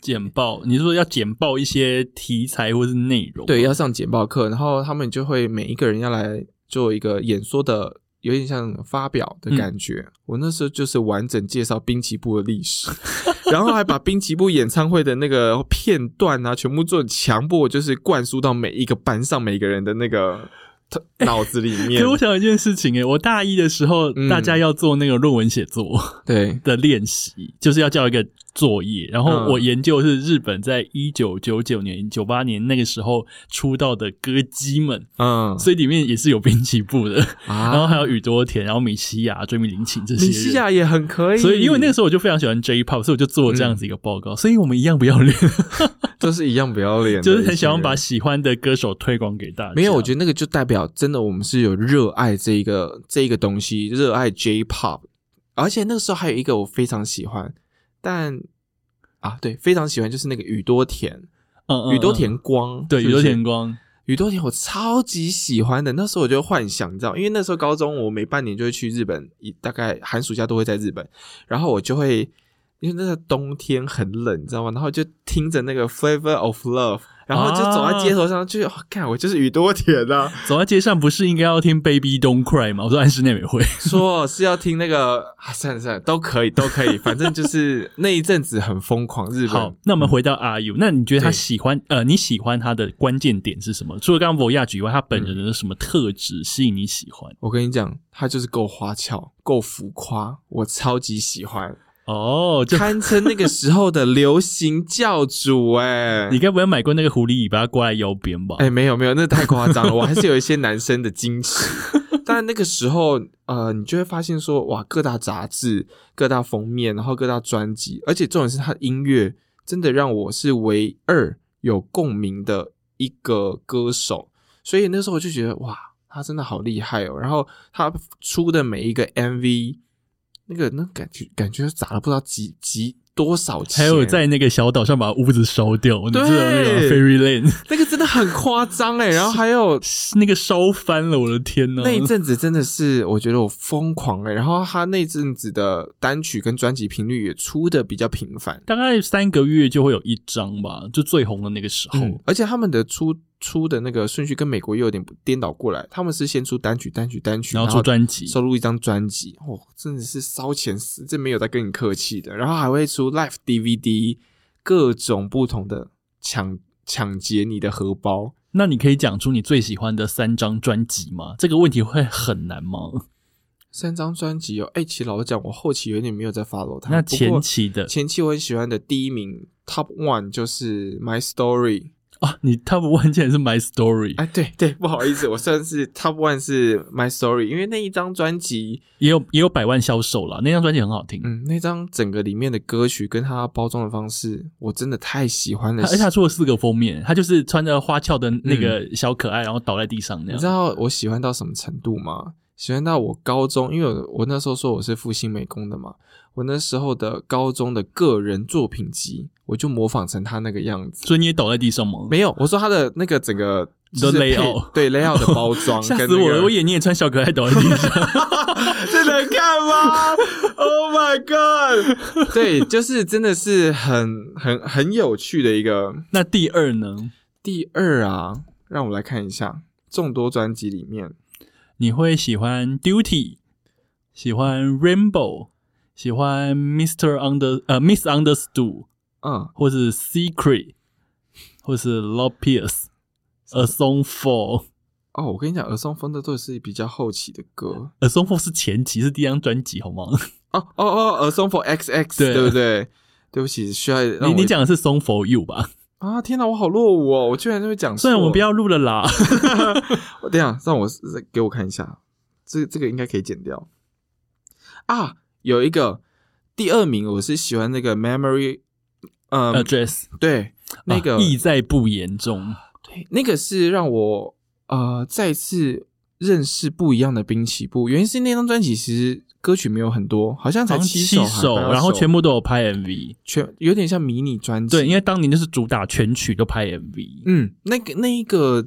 Speaker 1: 简报，你是说要简报一些题材或是内容？
Speaker 2: 对，，要上简报课，然后他们就会每一个人要来做一个演说的，有点像发表
Speaker 1: 嗯
Speaker 2: 的感觉。我那时候就是完整介绍滨崎步的历史， 然后还把滨崎步演唱会的那个片段啊，全部做强迫，就是灌输到每一个班上每个人的那个头脑子里面
Speaker 1: 可。我想有一件事情哎、我大一的时候，
Speaker 2: 嗯
Speaker 1: 大家要做那个论文写作，
Speaker 2: 对，
Speaker 1: 的练习，就是要交一个作业。然后
Speaker 2: 嗯
Speaker 1: 我研究是日本在一九九九年、九八年那个时候出道的歌姬们，
Speaker 2: 嗯，
Speaker 1: 所以里面也是有滨崎步的，然后
Speaker 2: 啊，
Speaker 1: 还有宇多田，然后米西亚、追名林檎这些
Speaker 2: 米
Speaker 1: 人。
Speaker 2: 西亚也很可以，
Speaker 1: 所以，因为那个时候我就非常喜欢 J-pop，所以我就做了这样子一个报告。所以我们一样不要脸，
Speaker 2: 都是一样不要脸的一群
Speaker 1: 就
Speaker 2: 人，
Speaker 1: 是很想要把喜欢的歌手推广给大家。
Speaker 2: 没有，我觉得那个就代表真的我们是有热爱这一个这一个东西，热爱 J-pop，而且那个时候还有一个我非常喜欢，但啊对，非常喜欢就是那个宇多田，
Speaker 1: 得，嗯，嗯
Speaker 2: 宇多
Speaker 1: 嗯
Speaker 2: 田光，
Speaker 1: 对
Speaker 2: 是
Speaker 1: 宇
Speaker 2: 不
Speaker 1: 多
Speaker 2: 是
Speaker 1: 田光，
Speaker 2: 宇多田我超级喜欢的，那时候我就幻想，你知道，因为那时候高中我每半年就会去日本，一大概寒暑假都会在日本，然后我就会因为那个冬天很冷，你知道吗？然后就听着那个 Flavor of Love，然后就走在街头上，就哦看、我就是宇多田啊。
Speaker 1: 走在街上不是应该要听 Baby Don't Cry 吗？我说安哎室奈美惠，
Speaker 2: 说是要听那个，啊、算了算了，都可以，都可 以，反正就是那一阵子很疯狂，日
Speaker 1: 好
Speaker 2: 本，
Speaker 1: 那我们回到 R U，、那你觉得他
Speaker 2: 嗯对
Speaker 1: 喜欢呃，你喜欢他的关键点是什么？除了刚刚 Voyage 以外，他本人的什么特质吸引你喜欢？
Speaker 2: 我跟你讲，他就是够花俏，够浮夸，我超级喜欢，
Speaker 1: 哦，就
Speaker 2: 堪称那个时候的流行教主哎、
Speaker 1: 你该不会买过那个狐狸尾巴挂在腰边吧？
Speaker 2: 哎、没有没有，那太夸张了，我还是有一些男生的 矜持。但那个时候，呃，你就会发现说，哇，各大杂志、各大封面，然后各大专辑，而且重点是他的音乐真的让我是唯二有共鸣的一个歌手，所以那时候我就觉得哇，他真的好厉害哦。然后他出的每一个 MV，那个那感觉感觉砸了不知道几几多少钱，
Speaker 1: 还有在那个小岛上把屋子烧掉，你知道那个
Speaker 2: 对
Speaker 1: Fairy Land
Speaker 2: 那个真的很夸张哎。然后还有
Speaker 1: 那个烧翻了，我的天呐！
Speaker 2: 那一阵子真的是，我觉得我疯狂哎、然后他那阵子的单曲跟专辑频率也出的比较频繁，
Speaker 1: 大概三个月就会有一张吧，就最红的那个时候。
Speaker 2: 嗯，而且他们的出出的那个顺序跟美国也有点颠倒过来，他们是先出单曲、单曲、单曲，
Speaker 1: 然
Speaker 2: 然
Speaker 1: 后出专辑，
Speaker 2: 收录一张专辑，哦，真的是烧钱死，这没有在跟你客气的。然后还会出 live DVD，各种不同的抢抢劫你的荷包。
Speaker 1: 那你可以讲出你最喜欢的三张专辑吗？这个问题会很难吗？
Speaker 2: 三张专辑哦，哎、其实老实讲，我后期有点没有在 follow 他。
Speaker 1: 那
Speaker 2: 啊不过
Speaker 1: 前期的
Speaker 2: 前期我很喜欢的第一名 Top One 就是 My Story。
Speaker 1: 啊，你 Top One 竟然是 My Story，、
Speaker 2: 哎，对对，不好意思，我算是 Top One 是 My Story，因为那一张专辑，
Speaker 1: 也有也有百万销售啦，那张专辑很好听，
Speaker 2: 嗯，那张整个里面的歌曲跟它包装的方式，我真的太喜欢
Speaker 1: 它
Speaker 2: 了
Speaker 1: 而。且它出了四个封面，它就是穿着花俏的那个小可爱，然后倒在地上那
Speaker 2: 嗯你知
Speaker 1: 样。
Speaker 2: 道我喜欢到什么程度吗？喜欢到我高中，因为我我那时候说我是复兴美工的嘛，我那时候的高中的个人作品集，我就模仿成他那个样子。
Speaker 1: 所以你也倒在地上吗？
Speaker 2: 没有，我说他的那个整个就是
Speaker 1: 的
Speaker 2: 配
Speaker 1: layout
Speaker 2: 对 layout 的包 装，
Speaker 1: 吓
Speaker 2: 啊跟
Speaker 1: 死我
Speaker 2: 那
Speaker 1: 了！
Speaker 2: 个
Speaker 1: 我眼睛也穿小可爱倒在地 上，
Speaker 2: 这能看吗？Oh my god！对，就是真的是很很很有趣的一个。
Speaker 1: 那第二呢？
Speaker 2: 第二啊，让我来看一下众多专辑里面，
Speaker 1: 你会喜欢 Duty，喜欢 Rainbow，喜欢 Mr. Under 呃 Miss Understood，
Speaker 2: 嗯，
Speaker 1: 或是 Secret，或是 Lopius。A Song for
Speaker 2: 哦，我跟你讲，耳松风的都是比较后期的歌。
Speaker 1: A Song for 是前期是第一张专辑好吗？
Speaker 2: 哦哦哦，耳松风 XX，
Speaker 1: 对
Speaker 2: 对不对？对不起，需要让
Speaker 1: 你
Speaker 2: 我
Speaker 1: 你讲的是 Song for You 吧？
Speaker 2: 啊！天哪，我好落伍哦！我居然就会讲错。
Speaker 1: 虽然我们不要录了啦，
Speaker 2: 我等一下，让我给我看一下，这这个应该可以剪掉啊。有一个第二名，我是喜欢那个 Memory，嗯、
Speaker 1: address
Speaker 2: 对，那个、
Speaker 1: 呃啊意在不言中，
Speaker 2: 对，那个是让我呃再次认识不一样的滨崎步。原因是那张专辑其实歌曲没有很多，好像才
Speaker 1: 好像
Speaker 2: 七
Speaker 1: 七
Speaker 2: 还八
Speaker 1: 然后全部都有拍 MV。
Speaker 2: 全有点像迷你专辑。
Speaker 1: 对，因为当年就是主打全曲都拍 MV，
Speaker 2: 嗯，那个那一个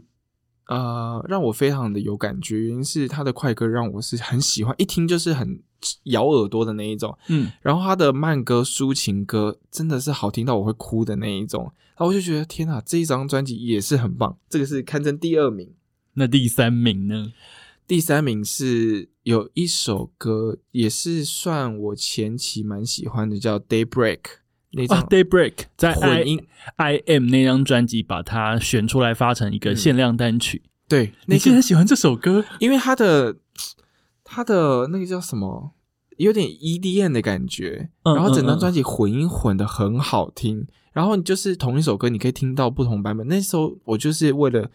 Speaker 2: 呃，让我非常的有感觉，原因是他的快歌让我是很喜欢，一听就是很咬耳朵的那一种。
Speaker 1: 嗯，
Speaker 2: 然后他的慢歌、抒情歌真的是好听到我会哭的那一种。然后我就觉得天哪，这一张专辑也是很棒，这个是堪称第二名。
Speaker 1: 那第三名呢？
Speaker 2: 第三名是有一首歌，也是算我前期蛮喜欢的，叫《Daybreak》那张
Speaker 1: 啊，Daybreak 哎在
Speaker 2: 混
Speaker 1: I
Speaker 2: 音，
Speaker 1: I M 那张专辑把它选出来发成
Speaker 2: 嗯
Speaker 1: 一个限量单曲。
Speaker 2: 对，那
Speaker 1: 你竟
Speaker 2: 个
Speaker 1: 然喜欢这首歌？
Speaker 2: 因为它的它的那个叫什么，有点 EDM 的感觉，
Speaker 1: 嗯
Speaker 2: 然后整
Speaker 1: 嗯嗯
Speaker 2: 张专辑混音混的很好听，然后你就是同一首歌，你可以听到不同版本。那时候我就是为了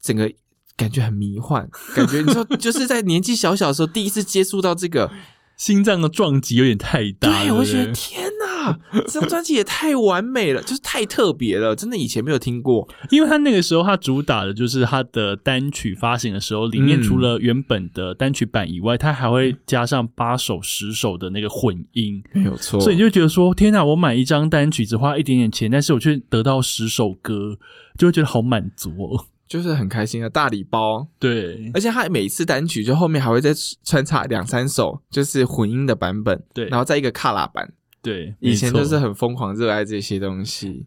Speaker 2: 整个感觉很迷幻，感觉你说就是在年纪小小的时候第一次接触到这个，
Speaker 1: 心脏的撞击有点太大，
Speaker 2: 对，
Speaker 1: 对不
Speaker 2: 我
Speaker 1: 对
Speaker 2: 觉得天哪，这张专辑也太完美了，就是太特别了，真的以前没有听过。
Speaker 1: 因为他那个时候他主打的就是他的单曲发行的时候，里面
Speaker 2: 嗯
Speaker 1: 除了原本的单曲版以外，他还会加上八首、十首的那个混音，
Speaker 2: 没有错
Speaker 1: 所以你就觉得说，天哪、我买一张单曲只花一点点钱，但是我却得到十首歌，就会觉得好满足哦。
Speaker 2: 就是很开心啊，大礼包，
Speaker 1: 对
Speaker 2: 而且他每次单曲就后面还会再穿插两三首，就是混音的版本，
Speaker 1: 对
Speaker 2: 然后再一个卡拉版。
Speaker 1: 对，
Speaker 2: 以前
Speaker 1: 没错
Speaker 2: 就是很疯狂热爱这些东西，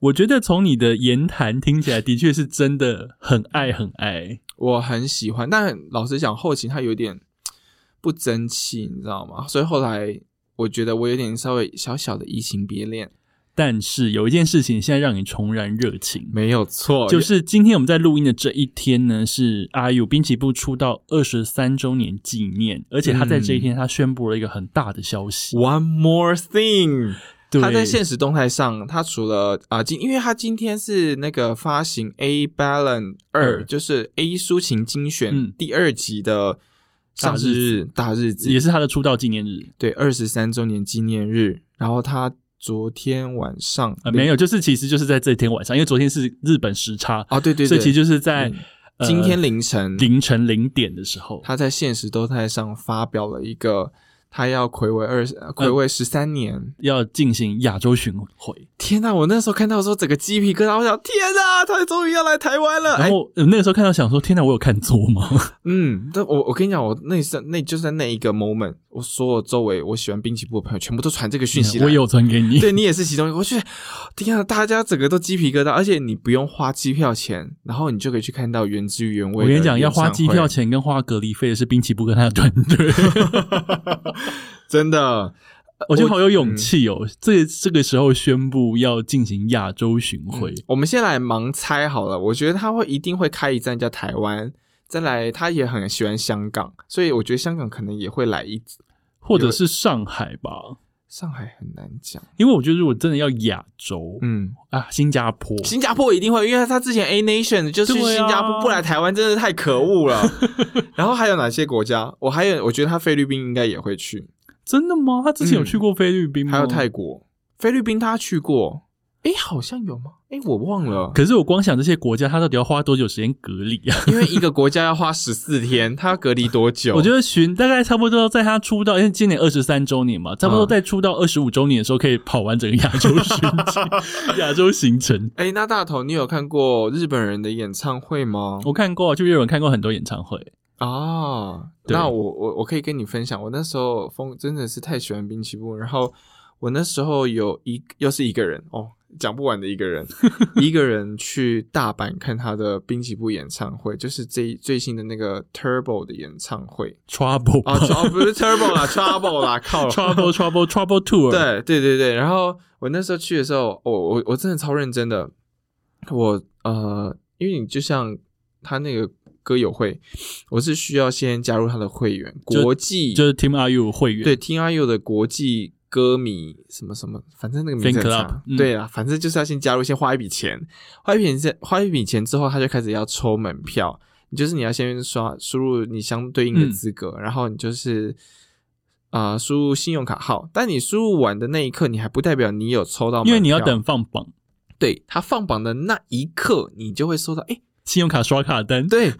Speaker 1: 我觉得从你的言谈听起来，的确是真的很爱很爱。
Speaker 2: 我很喜欢。但老实讲，后期他有点不争气，你知道吗？所以后来我觉得我有点稍微小小的移情别恋，
Speaker 1: 但是有一件事情现在让你重燃热情，
Speaker 2: 没有错，
Speaker 1: 就是今天我们在录音的这一天呢，是阿 U 滨崎步出道二十三周年纪念，而且他在这一
Speaker 2: 嗯
Speaker 1: 天他宣布了一个很大的消息，
Speaker 2: One More Thing。
Speaker 1: 对，
Speaker 2: 他在现实动态上，他除了啊今、因为他今天是那个发行 A Balance
Speaker 1: 二
Speaker 2: 二，就是 A 抒情精选
Speaker 1: 嗯
Speaker 2: 第二集的上市日大日
Speaker 1: 也
Speaker 2: 子，
Speaker 1: 是他的出道纪念日，
Speaker 2: 对，二十三周年纪念日。然后他昨天晚上
Speaker 1: 呃，没有，就是其实就是在这天晚上，因为昨天是日本时差，
Speaker 2: 哦，对对
Speaker 1: 所
Speaker 2: 对，
Speaker 1: 以其实就是在、
Speaker 2: 嗯
Speaker 1: 呃
Speaker 2: 今天凌晨，
Speaker 1: 凌晨零点的时候，
Speaker 2: 他在现实动态上发表了一个他要魁违二
Speaker 1: 嗯
Speaker 2: 魁违十三年。
Speaker 1: 要进行亚洲巡回。
Speaker 2: 天呐、我那时候看到的时候，整个鸡皮疙瘩，我想天呐、他终于要来台湾了。
Speaker 1: 然
Speaker 2: 哎，
Speaker 1: 后、呃那个时候看到想说，天哪，我有看错吗？
Speaker 2: 嗯，但我我跟你讲，我那是那就是在那一个 moment，我所有周围我喜欢滨崎步的朋友全部都传这个 讯息
Speaker 1: 嗯
Speaker 2: 来，
Speaker 1: 我也有传给你。
Speaker 2: 对你也是其中一个。我去，天啊，大家整个都鸡皮疙瘩，而且你不用花机票钱，然后你就可以去看到原汁原 味。
Speaker 1: 我跟你讲，要花机票， 钱跟花隔离费的是滨崎步跟他的团队，
Speaker 2: 真的。
Speaker 1: 我觉得好有勇气哦。这这个时候宣布要进行亚洲巡回，
Speaker 2: 我们先来盲猜好了，我觉得他会一定会开一站叫台湾，再来他也很喜欢香港，所以我觉得香港可能也会来一
Speaker 1: 或者是上海吧，
Speaker 2: 上海很难讲，
Speaker 1: 因为我觉得如果真的要亚洲、
Speaker 2: 嗯，
Speaker 1: 啊，新加坡，
Speaker 2: 新加坡一定会，因为他之前 A Nation 就是去
Speaker 1: 对啊
Speaker 2: 新加坡，不来台湾真的太可恶 了。然后还有哪些国家？我还有，我觉得他菲律宾应该也会去，
Speaker 1: 真的吗？他之前有
Speaker 2: 嗯
Speaker 1: 去过菲律宾吗？
Speaker 2: 还有泰国。菲律宾他去过，诶，好像有吗？诶，我忘了，
Speaker 1: 可是我光想这些国家，他到底要花多久时间隔离啊？
Speaker 2: 因为一个国家要花十四天，他要隔离多久？
Speaker 1: 我觉得巡大概差不多在他出道，因为今年二十三周年嘛，差不
Speaker 2: 嗯
Speaker 1: 多在出道二十五周年的时候，可以跑完整个亚洲巡程 亚洲行程。
Speaker 2: 哎，那大头，你有看过日本人的演唱会吗？
Speaker 1: 我看过啊，去日本看过很多演唱会，
Speaker 2: 啊，
Speaker 1: 对
Speaker 2: 那我我我可以跟你分享，我那时候风真的是太喜欢滨崎步，然后我那时候有一又是一个人哦，讲不完的一 个人，一个人去大阪看他的滨崎步演唱会，就是最最新的那个 Turbo 的演唱会
Speaker 1: Trouble
Speaker 2: 啊，哦不是 Turbo 啦，Trouble 啦，靠
Speaker 1: Trouble Trouble Trouble Tour，，
Speaker 2: 对对对对，然后我那时候去的时候，我我我真的超认真的，我呃，因为你就像他那个歌友会，我是需要先加入他的会员，
Speaker 1: 就
Speaker 2: 国际
Speaker 1: 就是 Team RU 会员，
Speaker 2: 对 T R U 的国际歌迷什么什么，反正那个名字
Speaker 1: Fan
Speaker 2: 很
Speaker 1: club，
Speaker 2: 长
Speaker 1: 嗯
Speaker 2: 对啦，反正就是要先加入，先花一笔钱，花一笔钱，花一笔钱之后，他就开始要抽门票，就是你要先刷输入你相对应的
Speaker 1: 嗯
Speaker 2: 资格，然后你就是。啊、输入信用卡号，但你输入完的那一刻，你还不代表你有抽到门票，
Speaker 1: 因为你要等放榜，
Speaker 2: 对他放榜的那一刻，你就会收到。哎、
Speaker 1: 信用卡刷卡单。
Speaker 2: 对，
Speaker 1: 因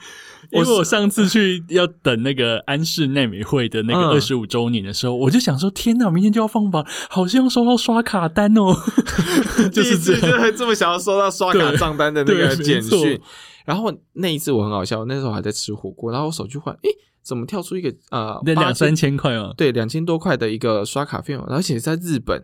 Speaker 2: 我
Speaker 1: 为
Speaker 2: 是
Speaker 1: 我上次去要等那个安室奈美惠的那个二
Speaker 2: 嗯
Speaker 1: 十五周年的时候，我就想说，天哪，明天就要放榜，好希望收到刷卡单 哦， 就是这样。
Speaker 2: 样，这么想要收到刷卡
Speaker 1: 对
Speaker 2: 账单的那个
Speaker 1: 对没
Speaker 2: 简讯
Speaker 1: 错。
Speaker 2: 然后那一次我很好笑，那时候还在吃火锅，然后我手机换，诶，怎么跳出一个呃
Speaker 1: 那两三
Speaker 2: 8000
Speaker 1: 千块哦嘛，
Speaker 2: 对两千多块的一个刷卡费用，而且在日本，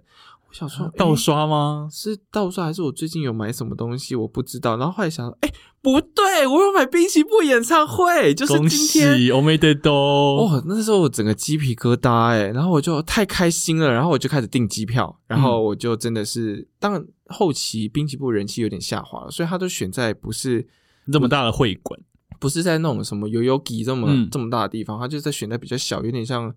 Speaker 2: 我想说
Speaker 1: 盗
Speaker 2: 诶
Speaker 1: 刷吗？
Speaker 2: 是盗刷还是我最近有买什么东西我不知道，然后后来想，哎、不对，我有买滨崎步演唱会，就是
Speaker 1: 恭
Speaker 2: 今天
Speaker 1: 喜，我没得都。
Speaker 2: 哦，那时候我整个鸡皮疙瘩哎、然后我就太开心了，然后我就开始订机票，然后
Speaker 1: 嗯
Speaker 2: 我就真的是，当然后期滨崎步人气有点下滑了，所以他都选在不是
Speaker 1: 这么大的会馆，
Speaker 2: 不是在那种什么游游吉这么、
Speaker 1: 嗯
Speaker 2: 这么大的地方，他就在选在比较小，有点像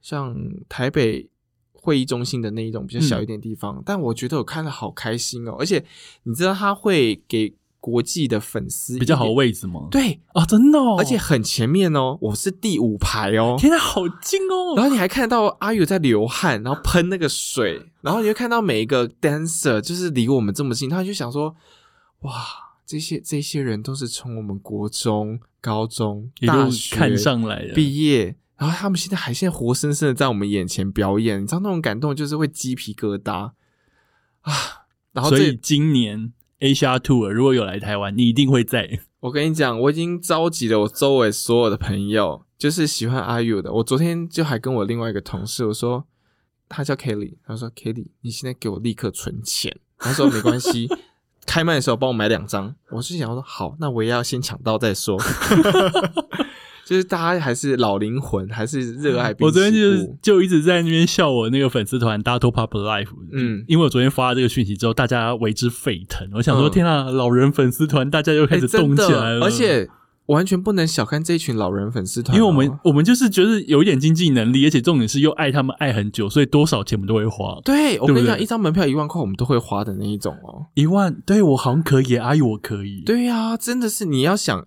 Speaker 2: 像台北会议中心的那一种比较
Speaker 1: 嗯
Speaker 2: 小一点的地方。但我觉得我看了好开心哦，而且你知道他会给国际的粉丝
Speaker 1: 比较
Speaker 2: 一
Speaker 1: 好
Speaker 2: 点
Speaker 1: 位置吗？
Speaker 2: 对，
Speaker 1: 啊，真的、哦，
Speaker 2: 而且很前面哦，我是第五排哦，
Speaker 1: 天哪，好近哦！
Speaker 2: 然后你还看到阿宇在流汗，然后喷那个水，然后你就看到每一个 dancer 就是离我们这么近，他就想说，哇，这些这些人都是从我们国中、高中、
Speaker 1: 一
Speaker 2: 大
Speaker 1: 路
Speaker 2: 学
Speaker 1: 看上来的，
Speaker 2: 毕业，然后他们现在还现在活生生的在我们眼前表演，你知道那种感动就是会鸡皮疙瘩啊。然后
Speaker 1: 所
Speaker 2: 这
Speaker 1: 以今年 Asia Tour 如果有来台湾，你一定会在。
Speaker 2: 我跟你讲，我已经召集了我周围所有的朋友，就是喜欢阿 U 的。我昨天就还跟我另外一个同事，我说他叫 Kelly，他说 Kelly，你现在给我立刻存钱。他说没关系，开卖的时候帮我买两张。我是想说好，那我也要先抢到再说。 就是大家还是老灵魂，还是热爱。
Speaker 1: 我昨天就是，就一直在那边笑我那个粉丝团 d a t o Pop Life，
Speaker 2: 嗯
Speaker 1: 因为我昨天发了这个讯息之后，大家为之沸腾。我想说，
Speaker 2: 嗯
Speaker 1: 天啊，老人粉丝团大家又开
Speaker 2: 哎
Speaker 1: 始
Speaker 2: 真
Speaker 1: 动起来
Speaker 2: 的，
Speaker 1: 了，
Speaker 2: 而且完全不能小看这一群老人粉丝团
Speaker 1: 因
Speaker 2: 哦，
Speaker 1: 为我们我们就是觉得有一点经济能力，而且重点是又爱他们爱很久，所以多少钱我们都会花。
Speaker 2: 对我
Speaker 1: 对不
Speaker 2: 跟你讲，
Speaker 1: 对
Speaker 2: 一张门票一万块，我们都会花的那一种哦。
Speaker 1: 一万，对我好像可以，阿姨我可以，
Speaker 2: 对呀、真的是你要想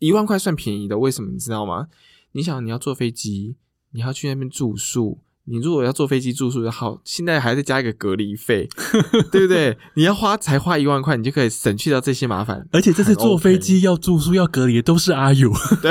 Speaker 2: 一万块算便宜的，为什么你知道吗？你想你要坐飞机，你要去那边住宿，你如果要坐飞机住宿的好，现在还再加一个隔离 费，对不对？你要花才花一万块，你就可以省去掉这些麻 烦。
Speaker 1: 而且这次
Speaker 2: 很
Speaker 1: 坐
Speaker 2: OK
Speaker 1: 飞机要住宿要隔离的都是阿 友，
Speaker 2: 对，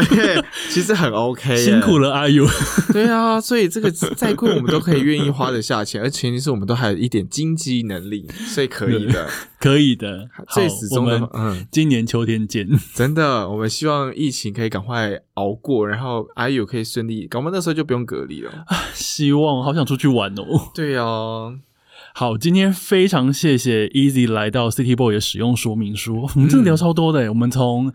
Speaker 2: 其实很 OK，耶
Speaker 1: 辛苦了阿 友。
Speaker 2: 对啊，所以这个再贵我们都可以愿意花得下钱，而前提是我们都还有一点经济能力，所以可以 的。
Speaker 1: 可以的，好
Speaker 2: 最始，
Speaker 1: 我
Speaker 2: 终的
Speaker 1: 们，
Speaker 2: 嗯，
Speaker 1: 今年秋天见。
Speaker 2: 真的，我们希望疫情可以赶快熬过，然后阿友可以顺利，搞不好那时候就不用隔离了。
Speaker 1: 啊希望好想出去玩哦。
Speaker 2: 对啊，
Speaker 1: 好，今天非常谢谢 Easy 来到 City Boy 的使用说明书，
Speaker 2: 嗯
Speaker 1: 我们真的聊超多的耶、我们从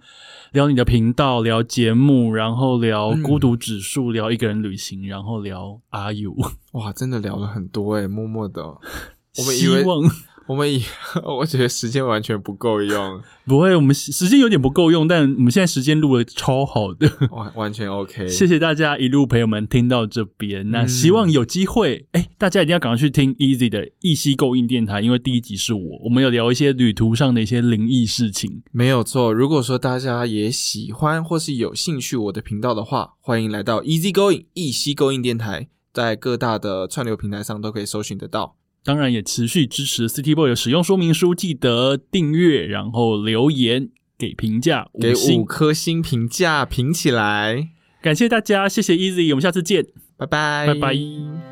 Speaker 1: 聊你的频道，聊节目，然后聊
Speaker 2: 嗯
Speaker 1: 孤独指数，聊一个人旅行，然后聊阿 U。
Speaker 2: 哇，真的聊了很多哎、默默的，我们以
Speaker 1: 希
Speaker 2: 为
Speaker 1: 望
Speaker 2: 我们以 我觉得时间完全不够用，
Speaker 1: 不会，我们时时间有点不够用，但我们现在时间录的超好的。
Speaker 2: 完完全 OK。
Speaker 1: 谢谢大家一路陪我们听到这边。
Speaker 2: 嗯
Speaker 1: 那希望有机会，哎、大家一定要赶快去听 Easy 的 E 一夕购印电台，因为第一集是我，我们有聊一些旅途上的一些灵异事情。
Speaker 2: 没有错，如果说大家也喜欢或是有兴趣我的频道的话，欢迎来到 Easy Going 易西勾引电台，在各大的串流平台上都可以搜寻得到。
Speaker 1: 当然，也持续支持 City Boy 的使用说明书，记得订阅，然后留言给评价
Speaker 2: 给
Speaker 1: 五
Speaker 2: 五
Speaker 1: 星。
Speaker 2: 颗星评价，评起来，
Speaker 1: 感谢大家，谢谢 Easy，我们下次见。
Speaker 2: 拜拜，
Speaker 1: 拜拜。